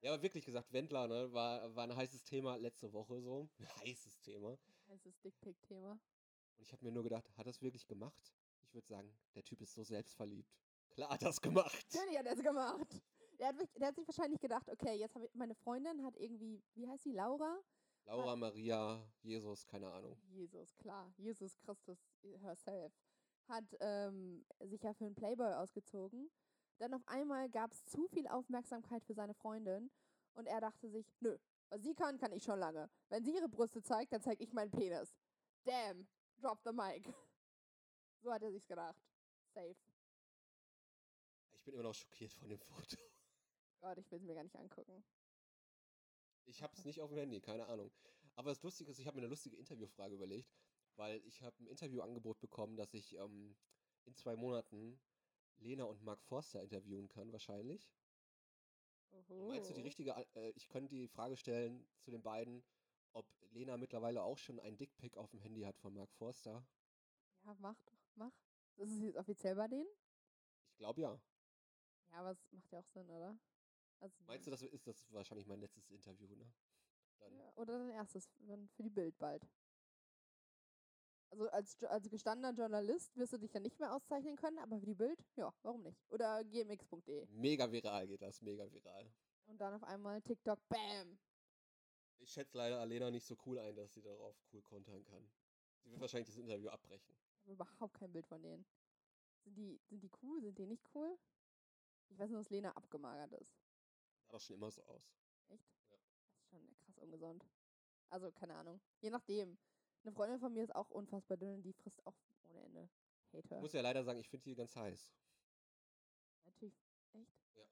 Speaker 2: ja, aber wirklich gesagt, Wendler, ne, war, war ein heißes Thema letzte Woche so. Ein heißes Thema.
Speaker 1: Heißes Dickpick-Thema.
Speaker 2: Und ich habe mir nur gedacht, hat das wirklich gemacht? Ich würde sagen, der Typ ist so selbstverliebt. Klar hat das gemacht.
Speaker 1: Natürlich hat er es gemacht. Der hat, mich- der hat sich wahrscheinlich gedacht, okay, jetzt habe ich, meine Freundin hat irgendwie, wie heißt sie, Laura?
Speaker 2: Laura, Maria, Jesus, keine Ahnung.
Speaker 1: Jesus, klar, Jesus Christus äh, herself, hat ähm, sich ja für einen Playboy ausgezogen. Dann auf einmal gab es zu viel Aufmerksamkeit für seine Freundin und er dachte sich, nö, was sie kann, kann ich schon lange. Wenn sie ihre Brüste zeigt, dann zeige ich meinen Penis. Damn, drop the mic. So hat er sich's gedacht. Safe.
Speaker 2: Ich bin immer noch schockiert von dem Foto.
Speaker 1: Gott, ich will's mir gar nicht angucken.
Speaker 2: Ich habe es nicht auf dem Handy, keine Ahnung. Aber das Lustige ist, ich habe mir eine lustige Interviewfrage überlegt, weil ich habe ein Interviewangebot bekommen, dass ich ähm, in zwei Monaten Lena und Mark Forster interviewen kann, wahrscheinlich. Und Meinst du die
Speaker 1: Oho.
Speaker 2: richtige? An- Äh, ich könnte die Frage stellen zu den beiden, ob Lena mittlerweile auch schon einen Dickpick auf dem Handy hat von Mark Forster.
Speaker 1: Ja, mach doch, mach. Das ist jetzt offiziell bei denen?
Speaker 2: Ich glaube ja.
Speaker 1: Ja, aber es macht ja auch Sinn, oder? Also,
Speaker 2: Meinst du, das ist das wahrscheinlich mein letztes Interview, ne? Dann.
Speaker 1: Ja, oder dein erstes dann für die Bild bald. Also als, Jo- als gestandener Journalist wirst du dich ja nicht mehr auszeichnen können, aber für die Bild, ja, warum nicht? Oder gmx.de.
Speaker 2: Mega viral geht das, mega viral.
Speaker 1: Und dann auf einmal TikTok, bam!
Speaker 2: Ich schätze leider Alena nicht so cool ein, dass sie darauf cool kontern kann. Sie wird wahrscheinlich das Interview abbrechen.
Speaker 1: Ich habe überhaupt kein Bild von denen. Sind die, sind die cool, sind die nicht cool? Ich weiß nur, dass Lena abgemagert ist.
Speaker 2: Sah doch schon immer so aus.
Speaker 1: Echt? Das ist schon krass ungesund. Also, keine Ahnung. Je nachdem. Eine Freundin von mir ist auch unfassbar dünn und die frisst auch ohne Ende. Hater.
Speaker 2: Ich muss ja leider sagen, ich finde die ganz heiß.
Speaker 1: Natürlich. Echt?
Speaker 2: Ja.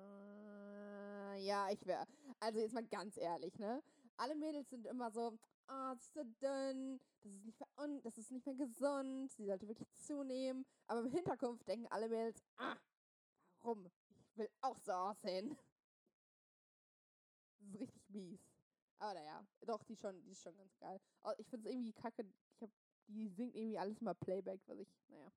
Speaker 1: Ja. Äh, ja, ich wäre. Also jetzt mal ganz ehrlich, ne? Alle Mädels sind immer so, ah, sie ist so dünn, das ist, nicht mehr un das ist nicht mehr gesund, sie sollte wirklich zunehmen. Aber im Hinterkopf denken alle Mädels, ah, warum? Ich will auch so aussehen. Das ist richtig mies. Aber naja, doch, die, schon, die ist schon ganz geil. Oh, ich find's irgendwie kacke, ich hab, die singt irgendwie alles mal Playback, was ich, naja.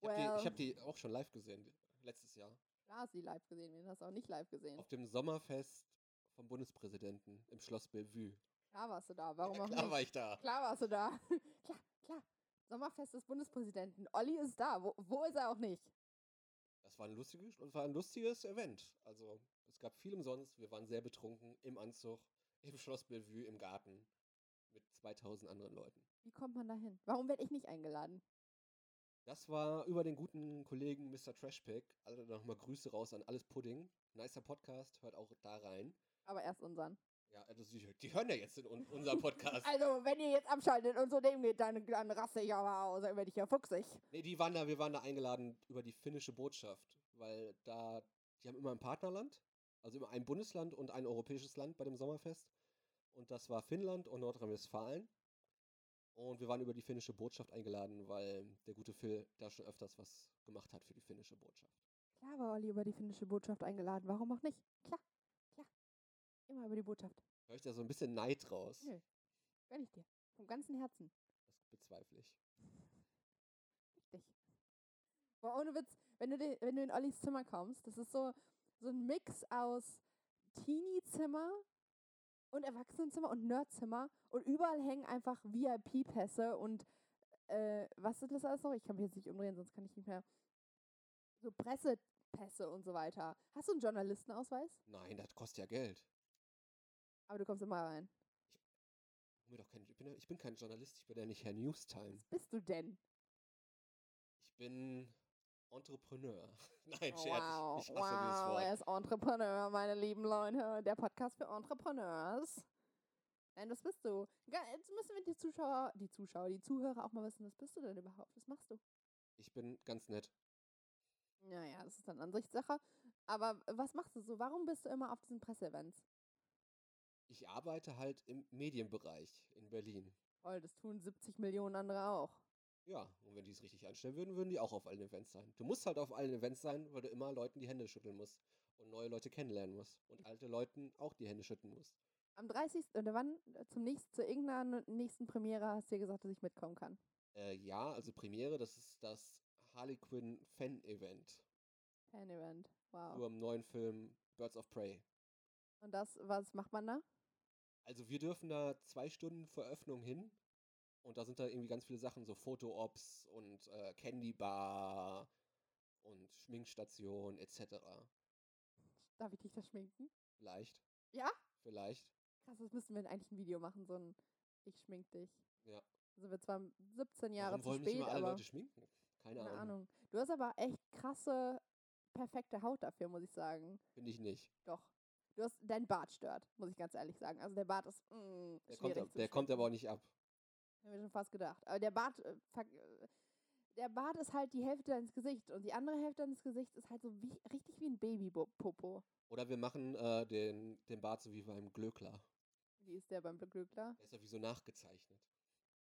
Speaker 2: Ich habe die,
Speaker 1: Well.
Speaker 2: ich hab die auch schon live gesehen, letztes Jahr.
Speaker 1: Klar hast du die live gesehen, wen hast du auch nicht live gesehen?
Speaker 2: Auf dem Sommerfest vom Bundespräsidenten im Schloss Bellevue.
Speaker 1: Klar warst du da, warum
Speaker 2: Ja,
Speaker 1: auch
Speaker 2: klar
Speaker 1: nicht?
Speaker 2: war ich da.
Speaker 1: Klar warst du da. klar, klar. Sommerfest des Bundespräsidenten. Olli ist da, wo, wo ist er auch nicht?
Speaker 2: Das war ein lustiges, das war ein lustiges Event. Also es gab viel umsonst. Wir waren sehr betrunken im Anzug, im Schloss Bellevue, im Garten mit 2000 anderen Leuten.
Speaker 1: Wie kommt man da hin? Warum werde ich nicht eingeladen?
Speaker 2: Das war über den guten Kollegen Mr. Trashpack. Also nochmal Grüße raus an alles Pudding. Nicer Podcast, hört auch da rein.
Speaker 1: Aber erst unseren.
Speaker 2: Ja, also die, die hören ja jetzt in un unserem Podcast.
Speaker 1: Also, wenn ihr jetzt abschaltet und so dem geht, dann, dann raste ich aber aus, dann werde ich ja fuchsig.
Speaker 2: Nee, die waren da, wir waren da eingeladen über die finnische Botschaft, weil da, die haben immer ein Partnerland, also immer ein Bundesland und ein europäisches Land bei dem Sommerfest. Und das war Finnland und Nordrhein-Westfalen. Und wir waren über die finnische Botschaft eingeladen, weil der gute Phil da schon öfters was gemacht hat für die finnische Botschaft.
Speaker 1: Klar war Olli über die finnische Botschaft eingeladen, warum auch nicht? Klar, klar. Immer über die Botschaft.
Speaker 2: Hör ich da so ein bisschen Neid raus?
Speaker 1: Nö. Gönn ich dir. Vom ganzen Herzen.
Speaker 2: Das bezweifle ich.
Speaker 1: Richtig. Boah, ohne Witz, wenn du, de, wenn du in Ollis Zimmer kommst, das ist so, so ein Mix aus Teenie-Zimmer und Erwachsenenzimmer und Nerdzimmer und überall hängen einfach VIP-Pässe und äh, was ist das alles noch? Ich kann mich jetzt nicht umdrehen, sonst kann ich nicht mehr. So Pressepässe und so weiter. Hast du einen Journalistenausweis?
Speaker 2: Nein, das kostet ja Geld.
Speaker 1: Aber du kommst immer rein.
Speaker 2: Ich bin, doch kein, ich bin, ja- ich bin Äh. kein Journalist, ich bin ja nicht Herr Newstime.
Speaker 1: Was bist du denn?
Speaker 2: Ich bin Entrepreneur. Nein, Scherz.
Speaker 1: Oh, wow,
Speaker 2: Ich hasse dieses
Speaker 1: wow,
Speaker 2: Wort.
Speaker 1: er ist Entrepreneur, meine lieben Leute. Der Podcast für Entrepreneurs. Nein, das bist du. Ge- Jetzt müssen wir die Zuschauer, die Zuschauer, die Zuhörer auch mal wissen, was bist du denn überhaupt? Was machst du?
Speaker 2: Ich bin ganz nett.
Speaker 1: Naja, das ist dann Ansichtssache. Aber was machst du so? Warum bist du immer auf diesen Presseevents?
Speaker 2: Ich arbeite halt im Medienbereich in Berlin.
Speaker 1: Voll, das tun 70 Millionen andere auch.
Speaker 2: Ja, und wenn die es richtig anstellen würden, würden die auch auf allen Events sein. Du musst halt auf allen Events sein, weil du immer Leuten die Hände schütteln musst und neue Leute kennenlernen musst
Speaker 1: Hm.
Speaker 2: und alte Leuten auch die Hände schütteln musst.
Speaker 1: Am 30. oder wann äh, zum nächsten, zu irgendeiner nächsten Premiere hast du dir gesagt, dass ich mitkommen kann.
Speaker 2: Äh, ja, also Premiere, das ist das Harlequin Fan Event
Speaker 1: Fan-Event. Wow.
Speaker 2: über den neuen Film Birds of Prey.
Speaker 1: Und das, was macht man da?
Speaker 2: Also wir dürfen da zwei Stunden vor Öffnung hin und da sind da irgendwie ganz viele Sachen, so Foto-Ops und äh, Candy Bar und Schminkstation etc.
Speaker 1: Darf ich dich da schminken?
Speaker 2: Vielleicht.
Speaker 1: Ja?
Speaker 2: Vielleicht.
Speaker 1: Krass, das müssten wir eigentlich ein Video machen, so ein Ich schmink dich.
Speaker 2: Ja.
Speaker 1: Also wir zwar 17 Jahre
Speaker 2: Warum
Speaker 1: zu
Speaker 2: wollen
Speaker 1: spät,
Speaker 2: nicht immer alle
Speaker 1: aber
Speaker 2: Leute schminken? Keine
Speaker 1: keine
Speaker 2: Ahnung.
Speaker 1: Ahnung. Du hast aber echt krasse, perfekte Haut dafür, muss ich sagen.
Speaker 2: Finde ich nicht.
Speaker 1: Doch. Du hast, dein Bart stört, muss ich ganz ehrlich sagen. Also der Bart ist mm,
Speaker 2: Der, kommt,
Speaker 1: schwierig
Speaker 2: ab-
Speaker 1: zu
Speaker 2: der kommt
Speaker 1: schminken.
Speaker 2: aber auch nicht ab.
Speaker 1: Haben wir schon fast gedacht. Aber der Bart, äh, ver- äh, der Bart ist halt die Hälfte deines Gesichts und die andere Hälfte deines Gesichts ist halt so wie, richtig wie ein Babypopo.
Speaker 2: Oder wir machen äh, den, den Bart so wie beim Glöckler.
Speaker 1: Wie ist der beim Glückler?
Speaker 2: Der ist ja wie so nachgezeichnet.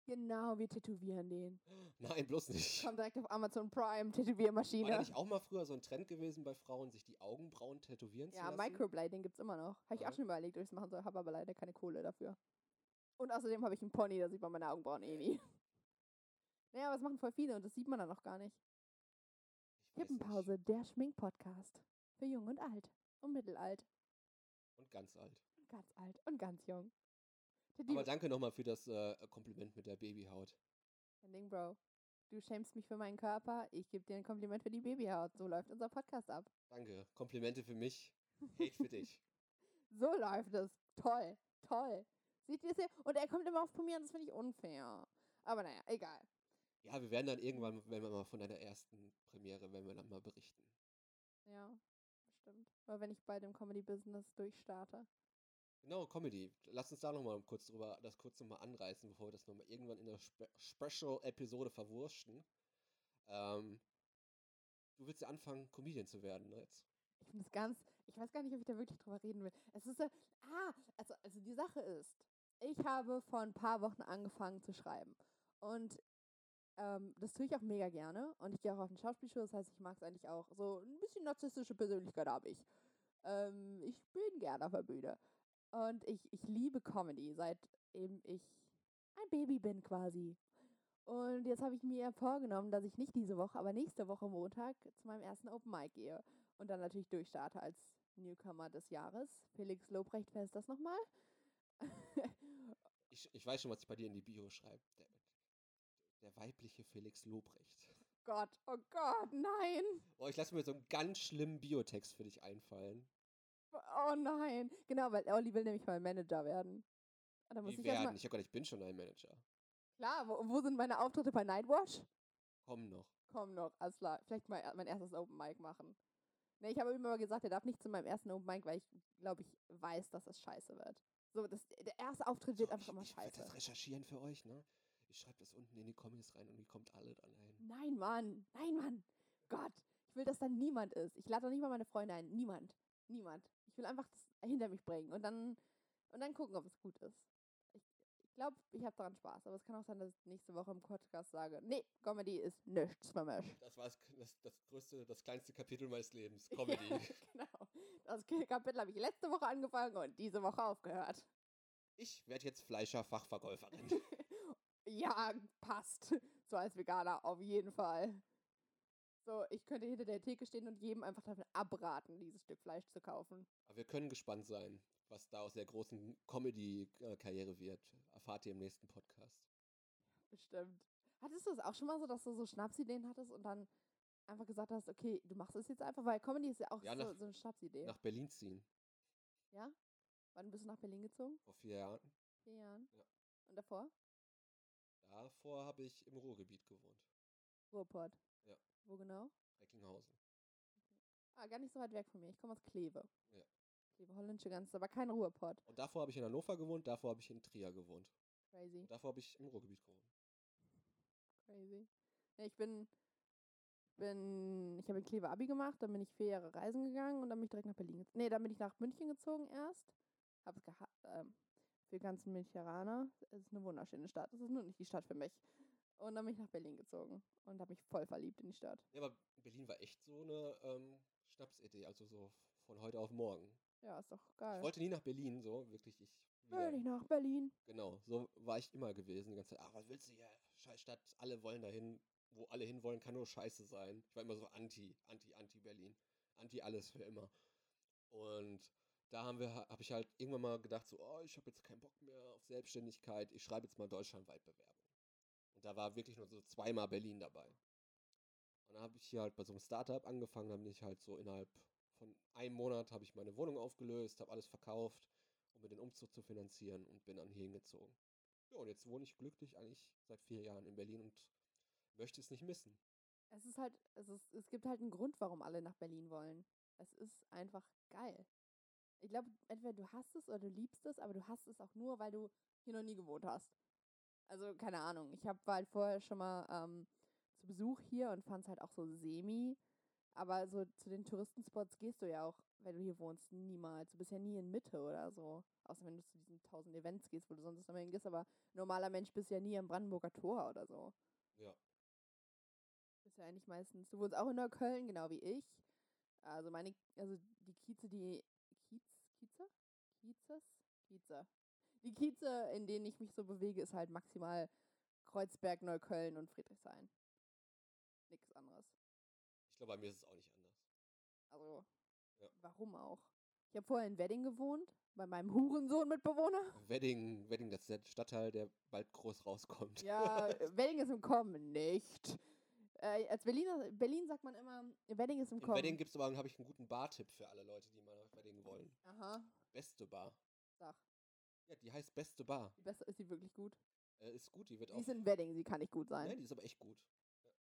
Speaker 1: Genau, wir tätowieren den.
Speaker 2: Nein, bloß nicht.
Speaker 1: Kommt direkt auf Amazon Prime,
Speaker 2: War da
Speaker 1: Tätowiermaschine.
Speaker 2: nicht auch mal früher so ein Trend gewesen bei Frauen, sich die Augenbrauen tätowieren
Speaker 1: Ja,
Speaker 2: zu lassen?
Speaker 1: Microblading gibt's immer noch. Habe ich
Speaker 2: Ja.
Speaker 1: auch schon überlegt, ob ich's machen soll, habe aber leider keine Kohle dafür. Und außerdem habe ich einen Pony, da sieht man meine Augenbrauen eh nie. Naja, aber das machen voll viele und das sieht man dann noch gar nicht.
Speaker 2: Ich weiß nicht.
Speaker 1: Hippenpause, der Schmink-Podcast. Für jung und alt. Und mittelalt.
Speaker 2: Und ganz alt.
Speaker 1: Und ganz alt. Und ganz jung. Der
Speaker 2: Aber
Speaker 1: Ding,
Speaker 2: danke nochmal für das äh, Kompliment mit der Babyhaut.
Speaker 1: Dein Ding, Bro. Du schämst mich für meinen Körper. Ich gebe dir ein Kompliment für die Babyhaut. So läuft unser Podcast ab.
Speaker 2: Danke. Komplimente für mich. Hate für dich.
Speaker 1: So läuft es. Toll, toll. Seht ihr es hier? Und er kommt immer auf Premieren, das finde ich unfair. Aber naja, egal.
Speaker 2: Ja, wir werden dann irgendwann, wenn wir mal von deiner ersten Premiere, wenn wir dann mal berichten.
Speaker 1: Ja, bestimmt. Aber wenn ich bei dem Comedy-Business durchstarte.
Speaker 2: Genau, Comedy. Lass uns da nochmal kurz drüber, das kurz nochmal anreißen, bevor wir das nochmal irgendwann in der Spe Special-Episode verwurschen. Ähm, du willst ja anfangen, Comedian zu werden, ne? Jetzt.
Speaker 1: Ich finde es ganz, ich weiß gar nicht, ob ich da wirklich drüber reden will. Es ist ja, ah, also, also die Sache ist, ich habe vor ein paar Wochen angefangen zu schreiben. Und ähm, das tue ich auch mega gerne. Und ich gehe auch auf den Schauspielschuh, das heißt, ich mag es eigentlich auch. So ein bisschen narzisstische Persönlichkeit habe ich. Ähm, ich bin gerne auf der Bühne. Und ich, ich liebe Comedy, seitdem ich ein Baby bin quasi. Und jetzt habe ich mir vorgenommen, dass ich nicht diese Woche, aber nächste Woche Montag zu meinem ersten Open Mic gehe. Und dann natürlich durchstarte als Newcomer des Jahres. Felix Lobrecht, wer ist das nochmal?
Speaker 2: Ich, ich weiß schon, was ich bei dir in die Bio schreibe. Der, der weibliche Felix Lobrecht.
Speaker 1: Gott, oh Gott, nein.
Speaker 2: Oh, ich lasse mir so einen ganz schlimmen Biotext für dich einfallen.
Speaker 1: Oh nein. Genau, weil Olli will nämlich mein Manager werden. Und dann muss
Speaker 2: Die
Speaker 1: ich erstmal.
Speaker 2: werden. Ich, hab gar nicht, ich bin schon ein Manager.
Speaker 1: Klar, wo, wo sind meine Auftritte bei Nightwash?
Speaker 2: Komm noch.
Speaker 1: Komm noch, Asla. Vielleicht mal mein erstes Open Mic machen. Ne, ich habe ihm aber gesagt, er darf nicht zu meinem ersten Open Mic, weil ich glaube, ich weiß, dass es scheiße wird. So, das, der erste Auftritt wird
Speaker 2: So,
Speaker 1: einfach immer
Speaker 2: ich ich werde
Speaker 1: scheiße.
Speaker 2: das recherchieren für euch, ne? Ich schreibe das unten in die Comments rein und ihr kommt alle dran ein.
Speaker 1: Nein, Mann. Nein, Mann. Gott. Ich will, dass da niemand ist. Ich lade doch nicht mal meine Freunde ein. Niemand. Niemand. Ich will einfach das hinter mich bringen und dann, und dann gucken, ob es gut ist. Ich, ich glaube, ich habe daran Spaß. Aber es kann auch sein, dass ich nächste Woche im Podcast sage, nee, Comedy ist nichts für mich.
Speaker 2: Das war das, das, das größte, das kleinste Kapitel meines Lebens. Comedy.
Speaker 1: Ja, genau. Das Kapitel habe ich letzte Woche angefangen und diese Woche aufgehört.
Speaker 2: Ich werde jetzt Fleischer-Fachverkäuferin.
Speaker 1: Ja, passt. So als Veganer auf jeden Fall. So, ich könnte hinter der Theke stehen und jedem einfach davon abraten, dieses Stück Fleisch zu kaufen.
Speaker 2: Aber wir können gespannt sein, was da aus der großen Comedy-Karriere wird. Erfahrt ihr im nächsten Podcast.
Speaker 1: Bestimmt. Hattest du es auch schon mal so, dass du so Schnapsideen hattest und dann einfach gesagt hast, okay, du machst es jetzt einfach, weil Comedy ist ja auch
Speaker 2: Ja,
Speaker 1: so,
Speaker 2: nach-
Speaker 1: so eine Schnapsidee.
Speaker 2: Nach Berlin ziehen.
Speaker 1: Wann bist du nach Berlin gezogen?
Speaker 2: Vor vier Jahren.
Speaker 1: Vier Jahren.
Speaker 2: Ja.
Speaker 1: Und davor?
Speaker 2: Davor habe ich im Ruhrgebiet gewohnt.
Speaker 1: Ruhrpott.
Speaker 2: Ja.
Speaker 1: Wo genau?
Speaker 2: Recklinghausen.
Speaker 1: Ah, gar nicht so weit weg von mir. Ich komme aus Kleve.
Speaker 2: Ja.
Speaker 1: Kleve holländische Grenze, aber kein Ruhrpott.
Speaker 2: Und davor habe ich in Hannover gewohnt, davor habe ich in Trier gewohnt.
Speaker 1: Crazy,
Speaker 2: Und davor habe ich im Ruhrgebiet gewohnt.
Speaker 1: crazy. Ja, ich bin, bin, ich habe in Kleve Abi gemacht, dann bin ich vier Jahre reisen gegangen und dann bin ich direkt nach Berlin gezogen. Nee, dann bin ich nach München gezogen erst. Hab's geha ähm, für die ganzen Müncheraner. Es ist eine wunderschöne Stadt. Es ist nur nicht die Stadt für mich. Und dann bin ich nach Berlin gezogen und habe mich voll verliebt in die Stadt.
Speaker 2: Ja, aber Berlin war echt so eine ähm, Schnapsidee, also so von heute auf morgen.
Speaker 1: Ja, ist doch
Speaker 2: Ich
Speaker 1: geil.
Speaker 2: wollte nie nach Berlin, so wirklich. Ich
Speaker 1: Will
Speaker 2: wieder,
Speaker 1: ich nach Berlin.
Speaker 2: genau, so war ich immer gewesen. Die ganze Zeit, ah, was willst du hier? Scheiß Stadt, alle wollen dahin. Wo alle hinwollen, kann nur scheiße sein. Ich war immer so anti, anti, anti Berlin. Anti alles für immer. Und da haben wir, habe ich halt irgendwann mal gedacht, so, oh, ich habe jetzt keinen Bock mehr auf Selbstständigkeit. Ich schreibe jetzt mal deutschlandweit Bewerbung. Und da war wirklich nur so zweimal Berlin dabei. Und dann habe ich hier halt bei so einem Startup angefangen, dann bin ich halt so innerhalb von einem Monat habe ich meine Wohnung aufgelöst, habe alles verkauft, um mir den Umzug zu finanzieren und bin dann hier hingezogen. Ja, und jetzt wohne ich glücklich eigentlich seit vier Jahren in Berlin und möchte es nicht missen.
Speaker 1: Es ist halt, es, ist, es gibt halt einen Grund, warum alle nach Berlin wollen. Es ist einfach geil. Ich glaube, entweder du hast es oder du liebst es, aber du hast es auch nur, weil du hier noch nie gewohnt hast. Also, keine Ahnung. Ich hab, war halt vorher schon mal ähm, zu Besuch hier und fand es halt auch so semi. Aber so zu den Touristenspots gehst du ja auch, wenn du hier wohnst, niemals. Du bist ja nie in Mitte oder so. Außer wenn du zu diesen tausend Events gehst, wo du sonst immer hingehst. Aber normaler Mensch bist du ja nie am Brandenburger Tor oder so.
Speaker 2: Ja.
Speaker 1: Ist ja eigentlich meistens. Du wohnst auch in Neukölln, genau wie ich. Also meine, also die Kieze, die Kiez, Kieze? Kiezes? Kieze. Die Kieze, in denen ich mich so bewege, ist halt maximal Kreuzberg, Neukölln und Friedrichshain. Nichts anderes.
Speaker 2: Ich glaube, bei mir ist es auch nicht anders.
Speaker 1: Also,
Speaker 2: Ja.
Speaker 1: warum auch? Ich habe vorher in Wedding gewohnt, bei meinem Hurensohn-Mitbewohner.
Speaker 2: Wedding, Wedding, das ist der Stadtteil, der bald groß rauskommt.
Speaker 1: Ja, Wedding ist im Kommen, nicht. Äh, als Berliner, Berlin sagt man immer, Wedding ist im
Speaker 2: In
Speaker 1: Kommen.
Speaker 2: Wedding gibt es aber, habe ich einen guten Bar-Tipp für alle Leute, die mal nach Wedding wollen.
Speaker 1: Aha,
Speaker 2: Beste Bar.
Speaker 1: sag.
Speaker 2: Ja, die heißt Beste Bar.
Speaker 1: Die Beste ist sie wirklich gut.
Speaker 2: Äh, ist gut, die wird
Speaker 1: Die
Speaker 2: auch.
Speaker 1: ist in Wedding, sie kann nicht gut sein.
Speaker 2: Nein, Ne, die ist aber echt gut. Ja.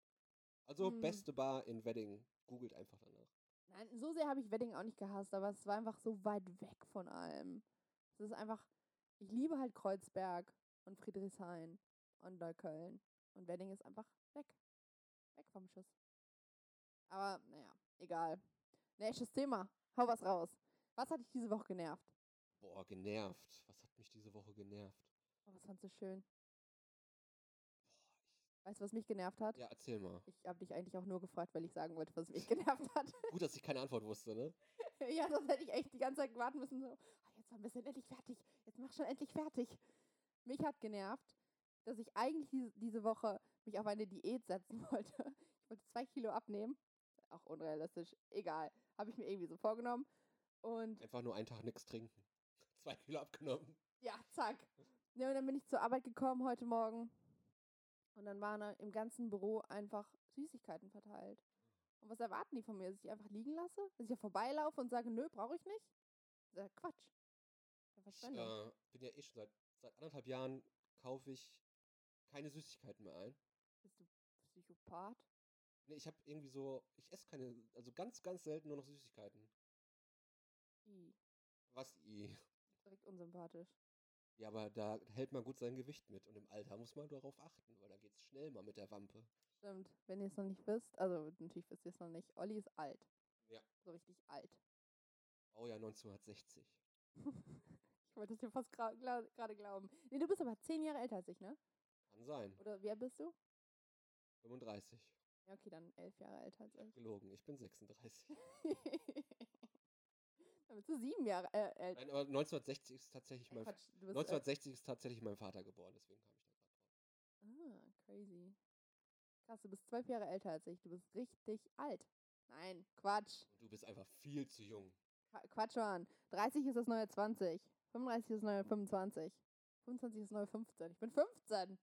Speaker 2: Also,
Speaker 1: Hm.
Speaker 2: Beste Bar in Wedding. Googelt einfach danach.
Speaker 1: Nein, so sehr habe ich Wedding auch nicht gehasst, aber es war einfach so weit weg von allem. Es ist einfach, ich liebe halt Kreuzberg und Friedrichshain und Neukölln. Und Wedding ist einfach weg. Weg vom Schuss. Aber naja, egal. Nächstes Thema. Hau was raus. Was hat dich diese Woche genervt?
Speaker 2: Boah, genervt. Was hat mich diese Woche genervt?
Speaker 1: Oh, was fandst du schön? Weißt du, was mich genervt hat?
Speaker 2: Ja, erzähl mal.
Speaker 1: Ich habe dich eigentlich auch nur gefragt, weil ich sagen wollte, was mich genervt hat.
Speaker 2: Gut, dass ich keine Antwort wusste, ne?
Speaker 1: Ja, sonst hätte ich echt die ganze Zeit warten müssen. So, "Ah, jetzt war ein bisschen endlich fertig. Jetzt mach schon endlich fertig. Mich hat genervt, dass ich eigentlich diese, diese Woche mich auf eine Diät setzen wollte. Ich wollte zwei Kilo abnehmen. Auch unrealistisch. Egal. Habe ich mir irgendwie so vorgenommen. Und
Speaker 2: Einfach nur einen Tag nichts trinken. Zwei Kilo abgenommen.
Speaker 1: ja, zack. Ja, und dann bin ich zur Arbeit gekommen heute Morgen. Und dann waren da im ganzen Büro einfach Süßigkeiten verteilt. Und was erwarten die von mir? Dass ich einfach liegen lasse? Dass ich ja vorbeilaufe und sage, nö, brauche ich nicht? Das ist ja Quatsch. Das ist ja
Speaker 2: Ich
Speaker 1: Verschwendung.
Speaker 2: äh, bin ja eh schon seit, seit anderthalb Jahren kaufe ich keine Süßigkeiten mehr ein.
Speaker 1: Bist du Psychopath?
Speaker 2: Nee, ich habe irgendwie so, ich esse keine, also ganz, ganz selten nur noch Süßigkeiten.
Speaker 1: I.
Speaker 2: Was i.
Speaker 1: Direkt unsympathisch.
Speaker 2: Ja, aber da hält man gut sein Gewicht mit. Und im Alter muss man darauf achten, weil da geht's schnell mal mit der Wampe.
Speaker 1: Stimmt. Wenn ihr es noch nicht wisst, also natürlich wisst ihr es noch nicht. Olli ist alt.
Speaker 2: Ja.
Speaker 1: So richtig alt.
Speaker 2: Oh ja, 1960.
Speaker 1: Ich wollte es dir fast gra- gla- gerade glauben. Nee, du bist aber zehn Jahre älter als ich, ne?
Speaker 2: Kann sein.
Speaker 1: Oder wer bist du?
Speaker 2: 35.
Speaker 1: Ja, okay, dann elf Jahre älter als ich.
Speaker 2: Gelogen, ich bin 36.
Speaker 1: Dann bist du sieben Jahre äh, älter.
Speaker 2: Nein, aber 1960 ist tatsächlich mein,
Speaker 1: Quatsch, du bist. Äh,
Speaker 2: 1960 ist tatsächlich mein Vater geboren, deswegen kam ich da gerade drauf.
Speaker 1: ah, crazy. Krass, du bist zwölf Jahre älter als ich. Du bist richtig alt. Nein, Quatsch.
Speaker 2: Und du bist einfach viel zu jung.
Speaker 1: Qua- Quatsch, Mann. 30 ist das neue 20. 35 ist das neue 25. 25 ist das neue 15. Ich bin 15.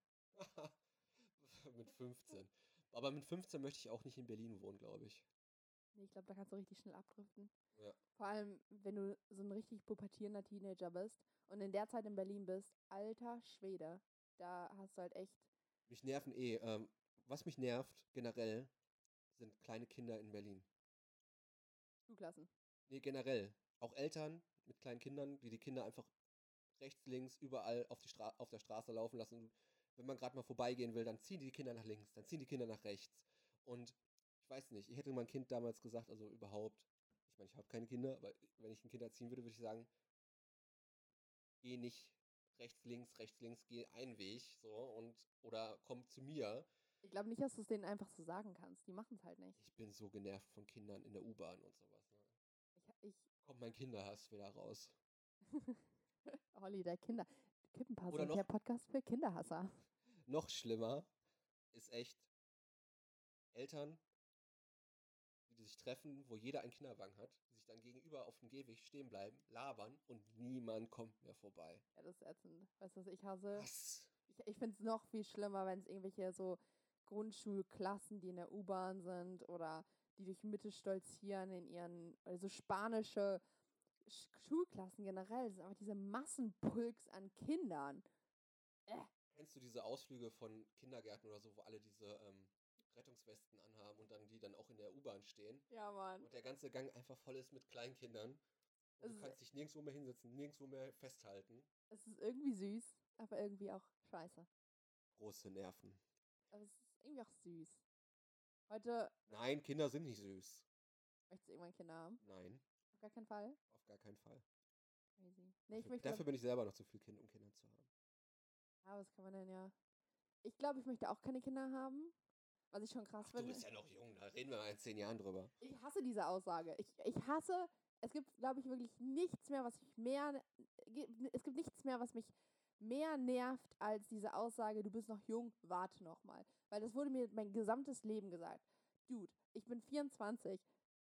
Speaker 2: mit 15. Aber mit 15 möchte ich auch nicht in Berlin wohnen, glaube ich.
Speaker 1: Nee, ich glaube, da kannst du richtig schnell abdriften.
Speaker 2: Ja.
Speaker 1: Vor allem, wenn du so ein richtig pubertierender Teenager bist und in der Zeit in Berlin bist, alter Schwede, da hast du halt echt
Speaker 2: Mich nerven eh ähm, was mich nervt generell, sind kleine Kinder in Berlin.
Speaker 1: Zugelassen.
Speaker 2: Nee, Ne, generell. Auch Eltern mit kleinen Kindern, die die Kinder einfach rechts, links, überall auf, die Stra auf der Straße laufen lassen. Und Wenn man gerade mal vorbeigehen will, dann ziehen die Kinder nach links, dann ziehen die Kinder nach rechts. Und ich weiß nicht, ich hätte mein Kind damals gesagt, also überhaupt, ich meine, ich habe keine Kinder, aber wenn ich ein Kind erziehen würde, würde ich sagen, geh nicht rechts, links, rechts, links, geh einen Weg, so, und, oder komm zu mir.
Speaker 1: Ich glaube nicht, dass du es denen einfach so sagen kannst. Die machen es halt nicht.
Speaker 2: Ich bin so genervt von Kindern in der U-Bahn und sowas. Ne?
Speaker 1: Ich,
Speaker 2: Kommt mein Kinderhass wieder raus.
Speaker 1: ich Olli, der Kinder. Kippenpause,
Speaker 2: Oder noch-
Speaker 1: der Podcast für Kinderhasser.
Speaker 2: noch schlimmer ist echt Eltern, die sich treffen, wo jeder einen Kinderwagen hat, die sich dann gegenüber auf dem Gehweg stehen bleiben, labern und niemand kommt mehr vorbei.
Speaker 1: Ja, das ist ätzend. Weißt du, was ich hasse?
Speaker 2: Was?
Speaker 1: Ich, ich finde es noch viel schlimmer, wenn es irgendwelche so Grundschulklassen, die in der U-Bahn sind oder die durch Mitte stolzieren in ihren, also spanische Sch Schulklassen generell, sind aber diese Massenpulks an Kindern.
Speaker 2: Kennst du diese Ausflüge von Kindergärten oder so, wo alle diese ähm, Rettungswesten anhaben und dann die dann auch in der U-Bahn stehen
Speaker 1: Ja, Mann.
Speaker 2: und der ganze Gang einfach voll ist mit Kleinkindern und
Speaker 1: Es
Speaker 2: du
Speaker 1: ist-
Speaker 2: kannst dich nirgendwo mehr hinsetzen, nirgendwo mehr festhalten.
Speaker 1: Es ist irgendwie süß, aber irgendwie auch scheiße.
Speaker 2: Große Nerven.
Speaker 1: Aber es ist irgendwie auch süß. Heute
Speaker 2: Nein, Kinder sind nicht süß.
Speaker 1: möchtest du irgendwann Kinder haben.
Speaker 2: Nein,
Speaker 1: Auf gar keinen Fall.
Speaker 2: auf gar keinen Fall.
Speaker 1: Crazy. Nee, ich
Speaker 2: Dafür-
Speaker 1: möchte.
Speaker 2: Dafür bin ich selber noch zu viel Kind, um Kinder zu haben.
Speaker 1: Ja, was kann man denn ja? Ich glaube, ich möchte auch keine Kinder haben. Was ich schon krass
Speaker 2: Ach, du
Speaker 1: finde.
Speaker 2: bist ja noch jung, da reden wir mal in zehn Jahren drüber.
Speaker 1: Ich hasse diese Aussage. Ich, ich hasse, es gibt, glaube ich, wirklich nichts mehr, was mich mehr, es gibt nichts mehr, was mich mehr nervt als diese Aussage, du bist noch jung, warte noch mal. Weil das wurde mir mein gesamtes Leben gesagt. Dude, ich bin 24.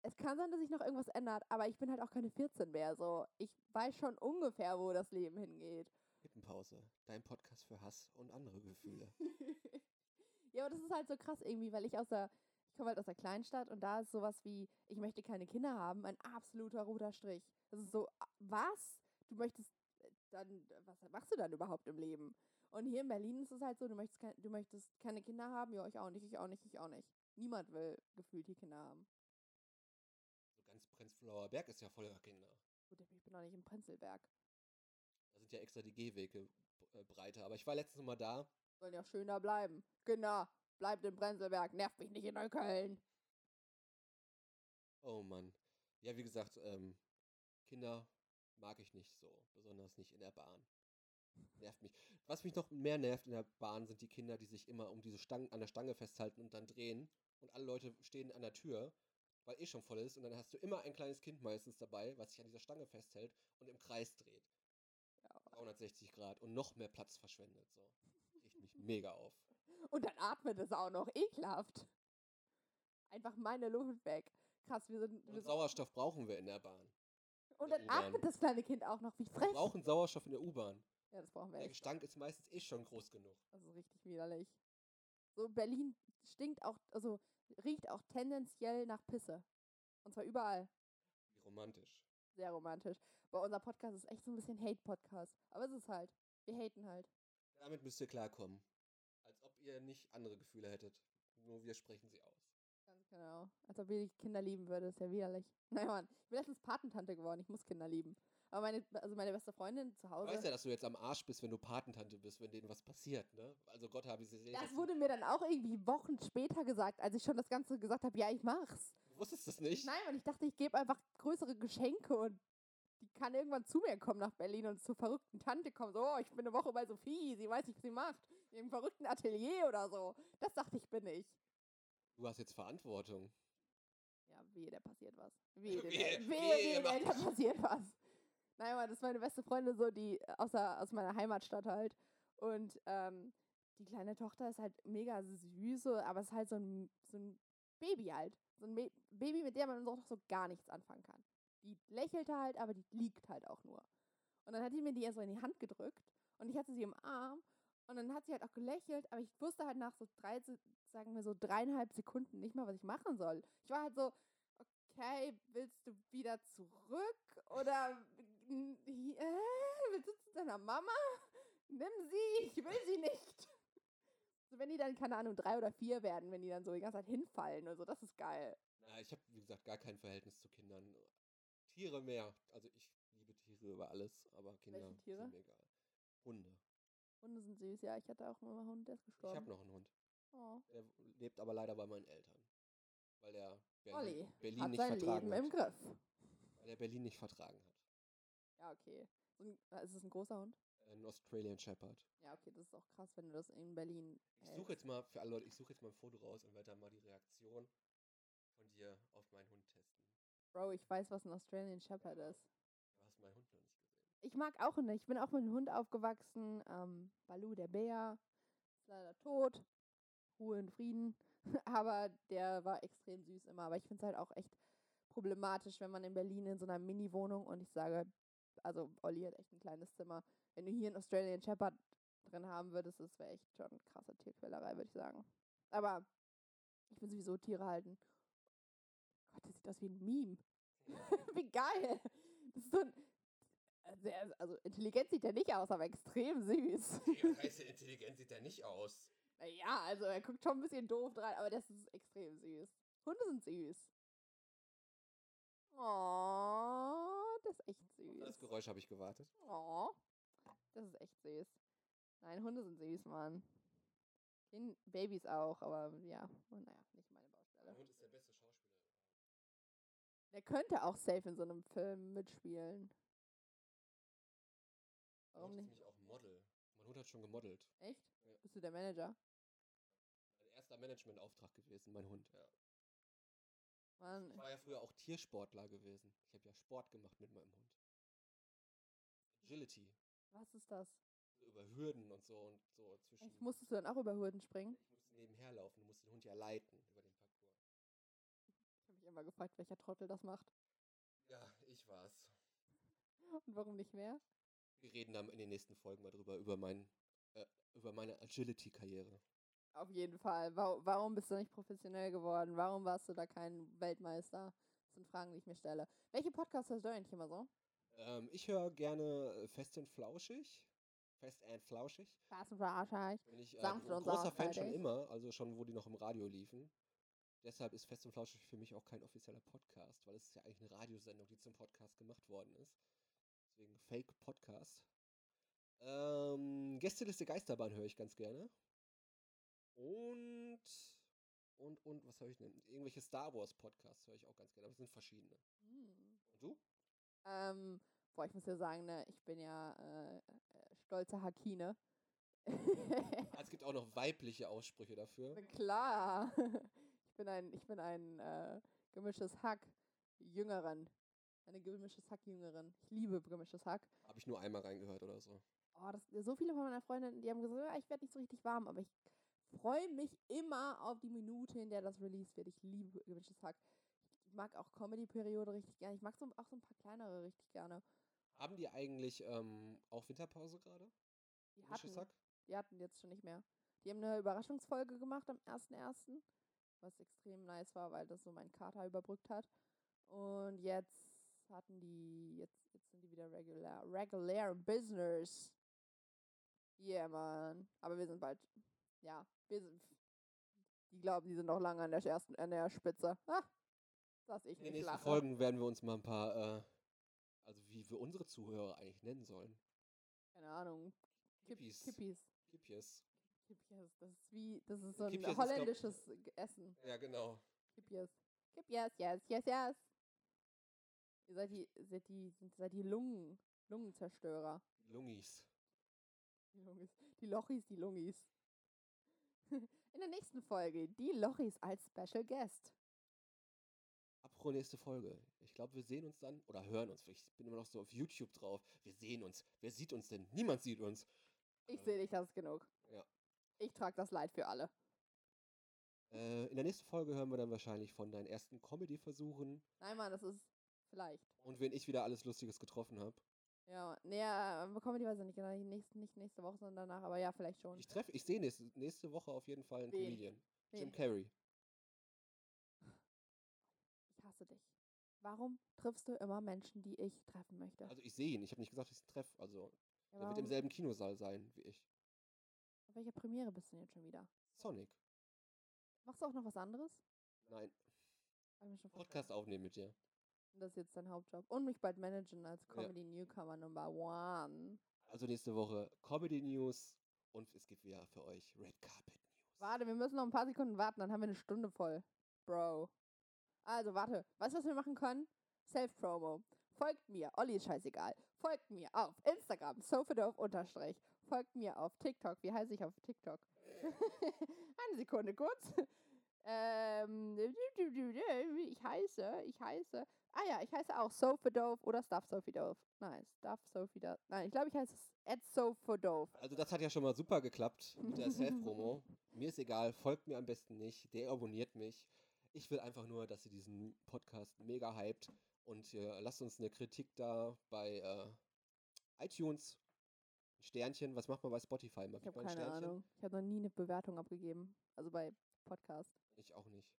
Speaker 1: Es kann sein, dass sich noch irgendwas ändert, aber ich bin halt auch keine 14 mehr. So, ich weiß schon ungefähr, wo das Leben hingeht.
Speaker 2: Hippenpause, dein Podcast für Hass und andere Gefühle.
Speaker 1: ja, aber das ist halt so krass irgendwie, weil ich aus der, ich komme halt aus der Kleinstadt und da ist sowas wie, ich möchte keine Kinder haben, ein absoluter roter Strich. Das ist so, a- was? Du möchtest äh, dann, was machst du dann überhaupt im Leben? Und hier in Berlin ist es halt so, du möchtest, kein, du möchtest keine Kinder haben, ja, ich auch nicht, ich auch nicht, ich auch nicht. Niemand will gefühlt hier Kinder haben.
Speaker 2: So ganz Prenzlauer Berg ist ja voller Kinder.
Speaker 1: Gut, ich bin noch nicht im Prenzlberg.
Speaker 2: Da sind ja extra die Gehwege äh, breiter. Aber ich war letztens noch mal da.
Speaker 1: Sollen ja auch schön da bleiben. Genau, bleibt im Prenzlberg, nervt mich nicht in Neukölln.
Speaker 2: Oh Mann. Ja, wie gesagt, ähm, Kinder mag ich nicht so. Besonders nicht in der Bahn. Nervt mich. Was mich noch mehr nervt in der Bahn sind die Kinder, die sich immer um diese Stangen an der Stange festhalten und dann drehen. Und alle Leute stehen an der Tür, weil eh schon voll ist. Und dann hast du immer ein kleines Kind meistens dabei, was sich an dieser Stange festhält und im Kreis dreht.
Speaker 1: Ja.
Speaker 2: 360 Grad und noch mehr Platz verschwendet. So. Riecht mich mega auf.
Speaker 1: Und dann atmet es auch noch. Ekelhaft. Einfach meine Luft weg. Krass, wir sind. Wir
Speaker 2: Und
Speaker 1: sind
Speaker 2: Sauerstoff brauchen wir in der Bahn.
Speaker 1: und dann
Speaker 2: in der U-Bahn.
Speaker 1: atmet das kleine Kind auch noch. Wie
Speaker 2: Wir
Speaker 1: frech.
Speaker 2: brauchen Sauerstoff in der U-Bahn.
Speaker 1: Ja, das brauchen wir
Speaker 2: Der
Speaker 1: echt.
Speaker 2: Gestank ist meistens eh schon groß genug.
Speaker 1: Das ist richtig widerlich. So, Berlin stinkt auch, also riecht auch tendenziell nach Pisse. Und zwar überall.
Speaker 2: Wie romantisch.
Speaker 1: Sehr romantisch. Bei unser Podcast ist echt so ein bisschen Hate-Podcast. Aber es ist halt. Wir haten halt.
Speaker 2: Damit müsst ihr klarkommen. Als ob ihr nicht andere Gefühle hättet. Nur wir sprechen sie aus.
Speaker 1: Ganz genau. Als ob ich Kinder lieben würde, ist ja widerlich. Naja, Mann. Ich bin letztens Patentante geworden. Ich muss Kinder lieben. Aber meine, also meine beste Freundin zu
Speaker 2: Du
Speaker 1: Hause.
Speaker 2: weißt ja, dass du jetzt am Arsch bist, wenn du Patentante bist, wenn denen was passiert, ne? Also Gott habe ich sie
Speaker 1: Das wurde mir dann auch irgendwie Wochen später gesagt, als ich schon das Ganze gesagt habe, ja, ich mach's.
Speaker 2: Du wusstest das nicht?
Speaker 1: Nein, weil ich dachte, ich gebe einfach größere Geschenke und die kann irgendwann zu mir kommen nach Berlin und zur verrückten Tante kommen. So, oh, ich bin eine Woche bei Sophie, sie weiß nicht, was sie macht. Im verrückten Atelier oder so. Das dachte ich, bin ich.
Speaker 2: Du hast jetzt Verantwortung.
Speaker 1: Ja, wehe, der passiert was. Wehe, der,
Speaker 2: Wehe,
Speaker 1: wehe,
Speaker 2: wehe,
Speaker 1: wehe, der,
Speaker 2: Mann.
Speaker 1: der passiert was. Nein, aber das ist meine beste Freundin, so die äh, aus, der, aus meiner Heimatstadt halt. Und ähm, die kleine Tochter ist halt mega süß, so, aber ist halt so ein, so ein Baby halt. So ein Ba- Baby, mit der man auch noch so gar nichts anfangen kann. Die lächelte halt, aber die liegt halt auch nur. Und dann hat die mir die so in die Hand gedrückt und ich hatte sie im Arm und dann hat sie halt auch gelächelt, aber ich wusste halt nach so drei, sagen wir so dreieinhalb Sekunden nicht mal, was ich machen soll. Ich war halt so, okay, willst du wieder zurück oder n- hi- äh, willst du zu deiner Mama? Nimm sie, ich will sie nicht. So Also wenn die dann, keine Ahnung, drei oder vier werden, wenn die dann so die ganze Zeit hinfallen oder so, das ist geil.
Speaker 2: Na, ich habe, wie gesagt, gar kein Verhältnis zu Kindern. Tiere mehr. Also ich liebe Tiere über alles, aber Kinder
Speaker 1: Welche Tiere?
Speaker 2: sind mir egal. Hunde.
Speaker 1: Hunde sind süß, ja. Ich hatte auch mal einen Hund, der ist
Speaker 2: Ich
Speaker 1: gestorben.
Speaker 2: habe noch einen Hund.
Speaker 1: Oh.
Speaker 2: Der lebt aber leider bei meinen Eltern. Weil er
Speaker 1: Olli
Speaker 2: Berlin, Berlin
Speaker 1: hat
Speaker 2: nicht
Speaker 1: sein Leben
Speaker 2: vertragen
Speaker 1: im
Speaker 2: hat.
Speaker 1: Griff.
Speaker 2: Weil er Berlin nicht vertragen hat.
Speaker 1: Ja, okay. So ein, äh, ist es ein großer Hund?
Speaker 2: Ein Australian Shepherd.
Speaker 1: Ja, okay, das ist auch krass, wenn du das in Berlin.
Speaker 2: Ich
Speaker 1: hältst.
Speaker 2: suche jetzt mal, für alle Leute, ich suche jetzt mal ein Foto raus und werde dann mal die Reaktion von dir auf meinen Hund testen.
Speaker 1: Bro, ich weiß, was ein Australian Shepherd ist.
Speaker 2: Du hast meinen Hund noch nicht gesehen.
Speaker 1: Ich mag auch Hunde. Ich bin auch mit einem Hund aufgewachsen. Ähm, Balu, der Bär, ist leider tot. Ruhe in Frieden. Aber der war extrem süß immer. Aber ich finde es halt auch echt problematisch, wenn man in Berlin in so einer Mini-Wohnung und ich sage, also Olli hat echt ein kleines Zimmer. Wenn du hier einen Australian Shepherd drin haben würdest, das wäre echt schon eine krasse Tierquälerei, würde ich sagen. Aber ich will sowieso Tiere halten. Gott, das sieht aus wie ein Meme. wie geil. Das ist so ein, sehr, also intelligent sieht er nicht aus, aber extrem süß.
Speaker 2: Heiße Intelligenz sieht er nicht aus.
Speaker 1: Naja, also er guckt schon ein bisschen doof dran, aber das ist extrem süß. Hunde sind süß. Oh, das ist echt
Speaker 2: Das
Speaker 1: süß.
Speaker 2: Geräusch habe ich gewartet.
Speaker 1: Oh, das ist echt süß. Nein, Hunde sind süß, Mann. Kind, Babys auch, aber ja, oh, naja, nicht meine Baustelle.
Speaker 2: Hund ist der beste Schauspieler.
Speaker 1: Der könnte auch safe in so einem Film mitspielen. Warum
Speaker 2: Hund ist
Speaker 1: nicht?
Speaker 2: nämlich auch Model. Mein Hund hat schon gemodelt.
Speaker 1: Echt?
Speaker 2: Ja.
Speaker 1: Bist du der Manager?
Speaker 2: Mein erster Managementauftrag gewesen, mein Hund.
Speaker 1: Mann,
Speaker 2: Ich war ja früher auch Tiersportler gewesen. Ich habe ja Sport gemacht mit meinem Hund. Agility.
Speaker 1: was ist das?
Speaker 2: so Über Hürden und so und so zwischen.
Speaker 1: Echt, musstest du dann auch über Hürden springen?
Speaker 2: Ich musste nebenher laufen. Du musst den Hund ja leiten über den Parcours.
Speaker 1: Ich habe mich immer gefragt, welcher Trottel das macht
Speaker 2: Ja, ich war's.
Speaker 1: und warum nicht mehr.
Speaker 2: Wir reden dann in den nächsten Folgen mal drüber, über, mein, äh, über meine Agility-Karriere.
Speaker 1: Auf jeden Fall. Wa- Warum bist du nicht professionell geworden? Warum warst du da kein Weltmeister? Das sind Fragen, die ich mir stelle. Welche Podcasts hörst du eigentlich immer so?
Speaker 2: Ähm, ich höre gerne äh, Fest und Flauschig. Fest and Flauschig.
Speaker 1: Fast and Furious.
Speaker 2: Bin ich äh,
Speaker 1: Sanft
Speaker 2: gro-
Speaker 1: und
Speaker 2: großer
Speaker 1: sauer,
Speaker 2: Fan schon
Speaker 1: Fridays.
Speaker 2: immer, also schon, wo die noch im Radio liefen. Deshalb ist Fest und Flauschig für mich auch kein offizieller Podcast, weil es ist ja eigentlich eine Radiosendung, die zum Podcast gemacht worden ist. Deswegen Fake Podcast. Ähm, Gästeliste Geisterbahn höre ich ganz gerne. Und, und, und, was höre ich denn? Irgendwelche Star Wars Podcasts höre ich auch ganz gerne, aber es sind verschiedene.
Speaker 1: Hm.
Speaker 2: Und du?
Speaker 1: Ähm, boah, ich muss ja sagen, ne, ich bin ja äh, äh, stolze Hakine.
Speaker 2: Ah, es gibt auch noch weibliche Aussprüche dafür.
Speaker 1: Na klar. Ich bin ein, ich bin ein äh, gemischtes Hack Jüngeren. Eine gemischtes Hack Jüngeren. Ich liebe gemischtes Hack.
Speaker 2: Habe ich nur einmal reingehört oder so.
Speaker 1: Oh, das, so viele von meiner Freundinnen, die haben gesagt, "Ah, ich werde nicht so richtig warm, aber ich freue mich immer auf die Minute, in der das released wird. Ich liebe gemischtes Hack. Ich mag auch Comedy-Periode richtig gerne. Ich mag so, auch so ein paar kleinere richtig gerne.
Speaker 2: Haben die eigentlich ähm, auch Winterpause gerade?
Speaker 1: Die hatten,
Speaker 2: Gemischtes Hack?
Speaker 1: die hatten jetzt schon nicht mehr. Die haben eine Überraschungsfolge gemacht am 1.1., was extrem nice war, weil das so meinen Kater überbrückt hat. Und jetzt hatten die, jetzt, jetzt sind die wieder regular, regular business. Yeah, man. Aber wir sind bald, ja, wir sind, die glauben, die sind noch lange an der ersten, an der Spitze. Ah, dass ich
Speaker 2: In den
Speaker 1: nicht
Speaker 2: nächsten
Speaker 1: lache.
Speaker 2: Folgen werden wir uns mal ein paar, äh, also wie wir unsere Zuhörer eigentlich nennen sollen.
Speaker 1: Keine Ahnung. Kipp-
Speaker 2: Kippis.
Speaker 1: Kippis.
Speaker 2: Kipjes.
Speaker 1: Kippias, das ist wie, das ist so ein
Speaker 2: Kippias ist, glaub-
Speaker 1: holländisches Essen.
Speaker 2: Ja, genau.
Speaker 1: Gib yes. Gib yes, yes, yes, yes. Ihr seid die, seid die, sind- seid die Lungen, Lungenzerstörer.
Speaker 2: Lungis.
Speaker 1: Die Lungis, die Lochis, die Lungis. In der nächsten Folge die Lochis als Special Guest.
Speaker 2: Apro nächste Folge. Ich glaube, wir sehen uns dann oder hören uns. Ich bin immer noch so auf YouTube drauf. Wir sehen uns. Wer sieht uns denn? Niemand sieht uns.
Speaker 1: Ich
Speaker 2: Äh,
Speaker 1: sehe dich, das ist genug.
Speaker 2: Ja.
Speaker 1: Ich trage das Leid für alle.
Speaker 2: Äh, in der nächsten Folge hören wir dann wahrscheinlich von deinen ersten Comedy-Versuchen
Speaker 1: Nein, Mann, das ist vielleicht.
Speaker 2: und wenn ich wieder alles Lustiges getroffen habe.
Speaker 1: Ja, äh, näher bekommen die weiß ich nicht genau. Nicht, nicht nächste Woche, sondern danach, aber ja, vielleicht schon.
Speaker 2: Ich treffe, ich sehe nächste, nächste Woche auf jeden Fall einen
Speaker 1: Wen?
Speaker 2: Comedian. Jim
Speaker 1: Wen?
Speaker 2: Carrey.
Speaker 1: Ich hasse dich. Warum triffst du immer Menschen, die ich treffen möchte?
Speaker 2: Also ich sehe ihn. Ich habe nicht gesagt, dass ich ihn treffe. Also
Speaker 1: ja,
Speaker 2: er wird Also, im
Speaker 1: warum?
Speaker 2: selben Kinosaal sein wie ich.
Speaker 1: welcher Premiere bist du denn jetzt schon wieder?
Speaker 2: Sonic.
Speaker 1: Machst du auch noch was anderes?
Speaker 2: Nein,
Speaker 1: Hab ich mir schon vertan.
Speaker 2: Podcast aufnehmen mit dir.
Speaker 1: Das ist jetzt dein Hauptjob. Und mich bald managen als
Speaker 2: Ja.
Speaker 1: Comedy Newcomer Number One.
Speaker 2: Also nächste Woche Comedy News und es gibt wieder für euch Red Carpet News.
Speaker 1: Warte, wir müssen noch ein paar Sekunden warten, dann haben wir eine Stunde voll. Bro. Also, warte. Weißt du, was wir machen können? Self-Promo. Folgt mir. Olli ist scheißegal. Folgt mir auf Instagram. Sofadorf unterstrich. Folgt mir auf TikTok. Wie heiße ich auf TikTok? eine Sekunde kurz. Ähm, ich heiße, ich heiße. Ah ja, ich heiße auch Sofadorf oder Stuff Sofidorf. Nein, Stuff Sofidorf. Nein, ich glaube, ich heiße at Sofadorf.
Speaker 2: Also das hat ja schon mal super geklappt mit der Self-Promo. mir ist egal, folgt mir am besten nicht, der abonniert mich. Ich will einfach nur, dass ihr diesen Podcast mega hypt und äh, lasst uns eine Kritik da bei äh, iTunes. Ein Sternchen, was macht man bei Spotify? Man
Speaker 1: Ich habe
Speaker 2: mal ein
Speaker 1: keine
Speaker 2: Sternchen?
Speaker 1: Ahnung. Ich habe noch nie eine Bewertung abgegeben. Also bei Podcast.
Speaker 2: Ich auch nicht.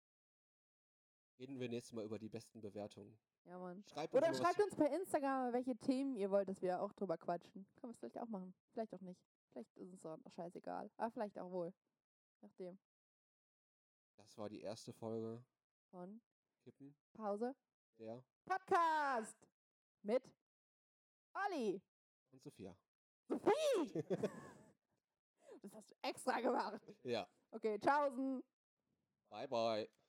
Speaker 2: Reden wir nächstes Mal über die besten Bewertungen.
Speaker 1: Ja, Mann.
Speaker 2: Schreibt
Speaker 1: Oder
Speaker 2: uns mal was-
Speaker 1: schreibt uns bei Instagram, welche Themen ihr wollt, dass wir auch drüber quatschen. Können wir es vielleicht auch machen. Vielleicht auch nicht. Vielleicht ist es auch scheißegal. Aber vielleicht auch wohl. Nachdem.
Speaker 2: Das war die erste Folge.
Speaker 1: Von
Speaker 2: Kippen,
Speaker 1: Pause.
Speaker 2: der
Speaker 1: Podcast! Mit Olli!
Speaker 2: und Sophia.
Speaker 1: Sophie! das hast du extra gemacht.
Speaker 2: Ja.
Speaker 1: Okay, tschaußen!
Speaker 2: Bye, bye.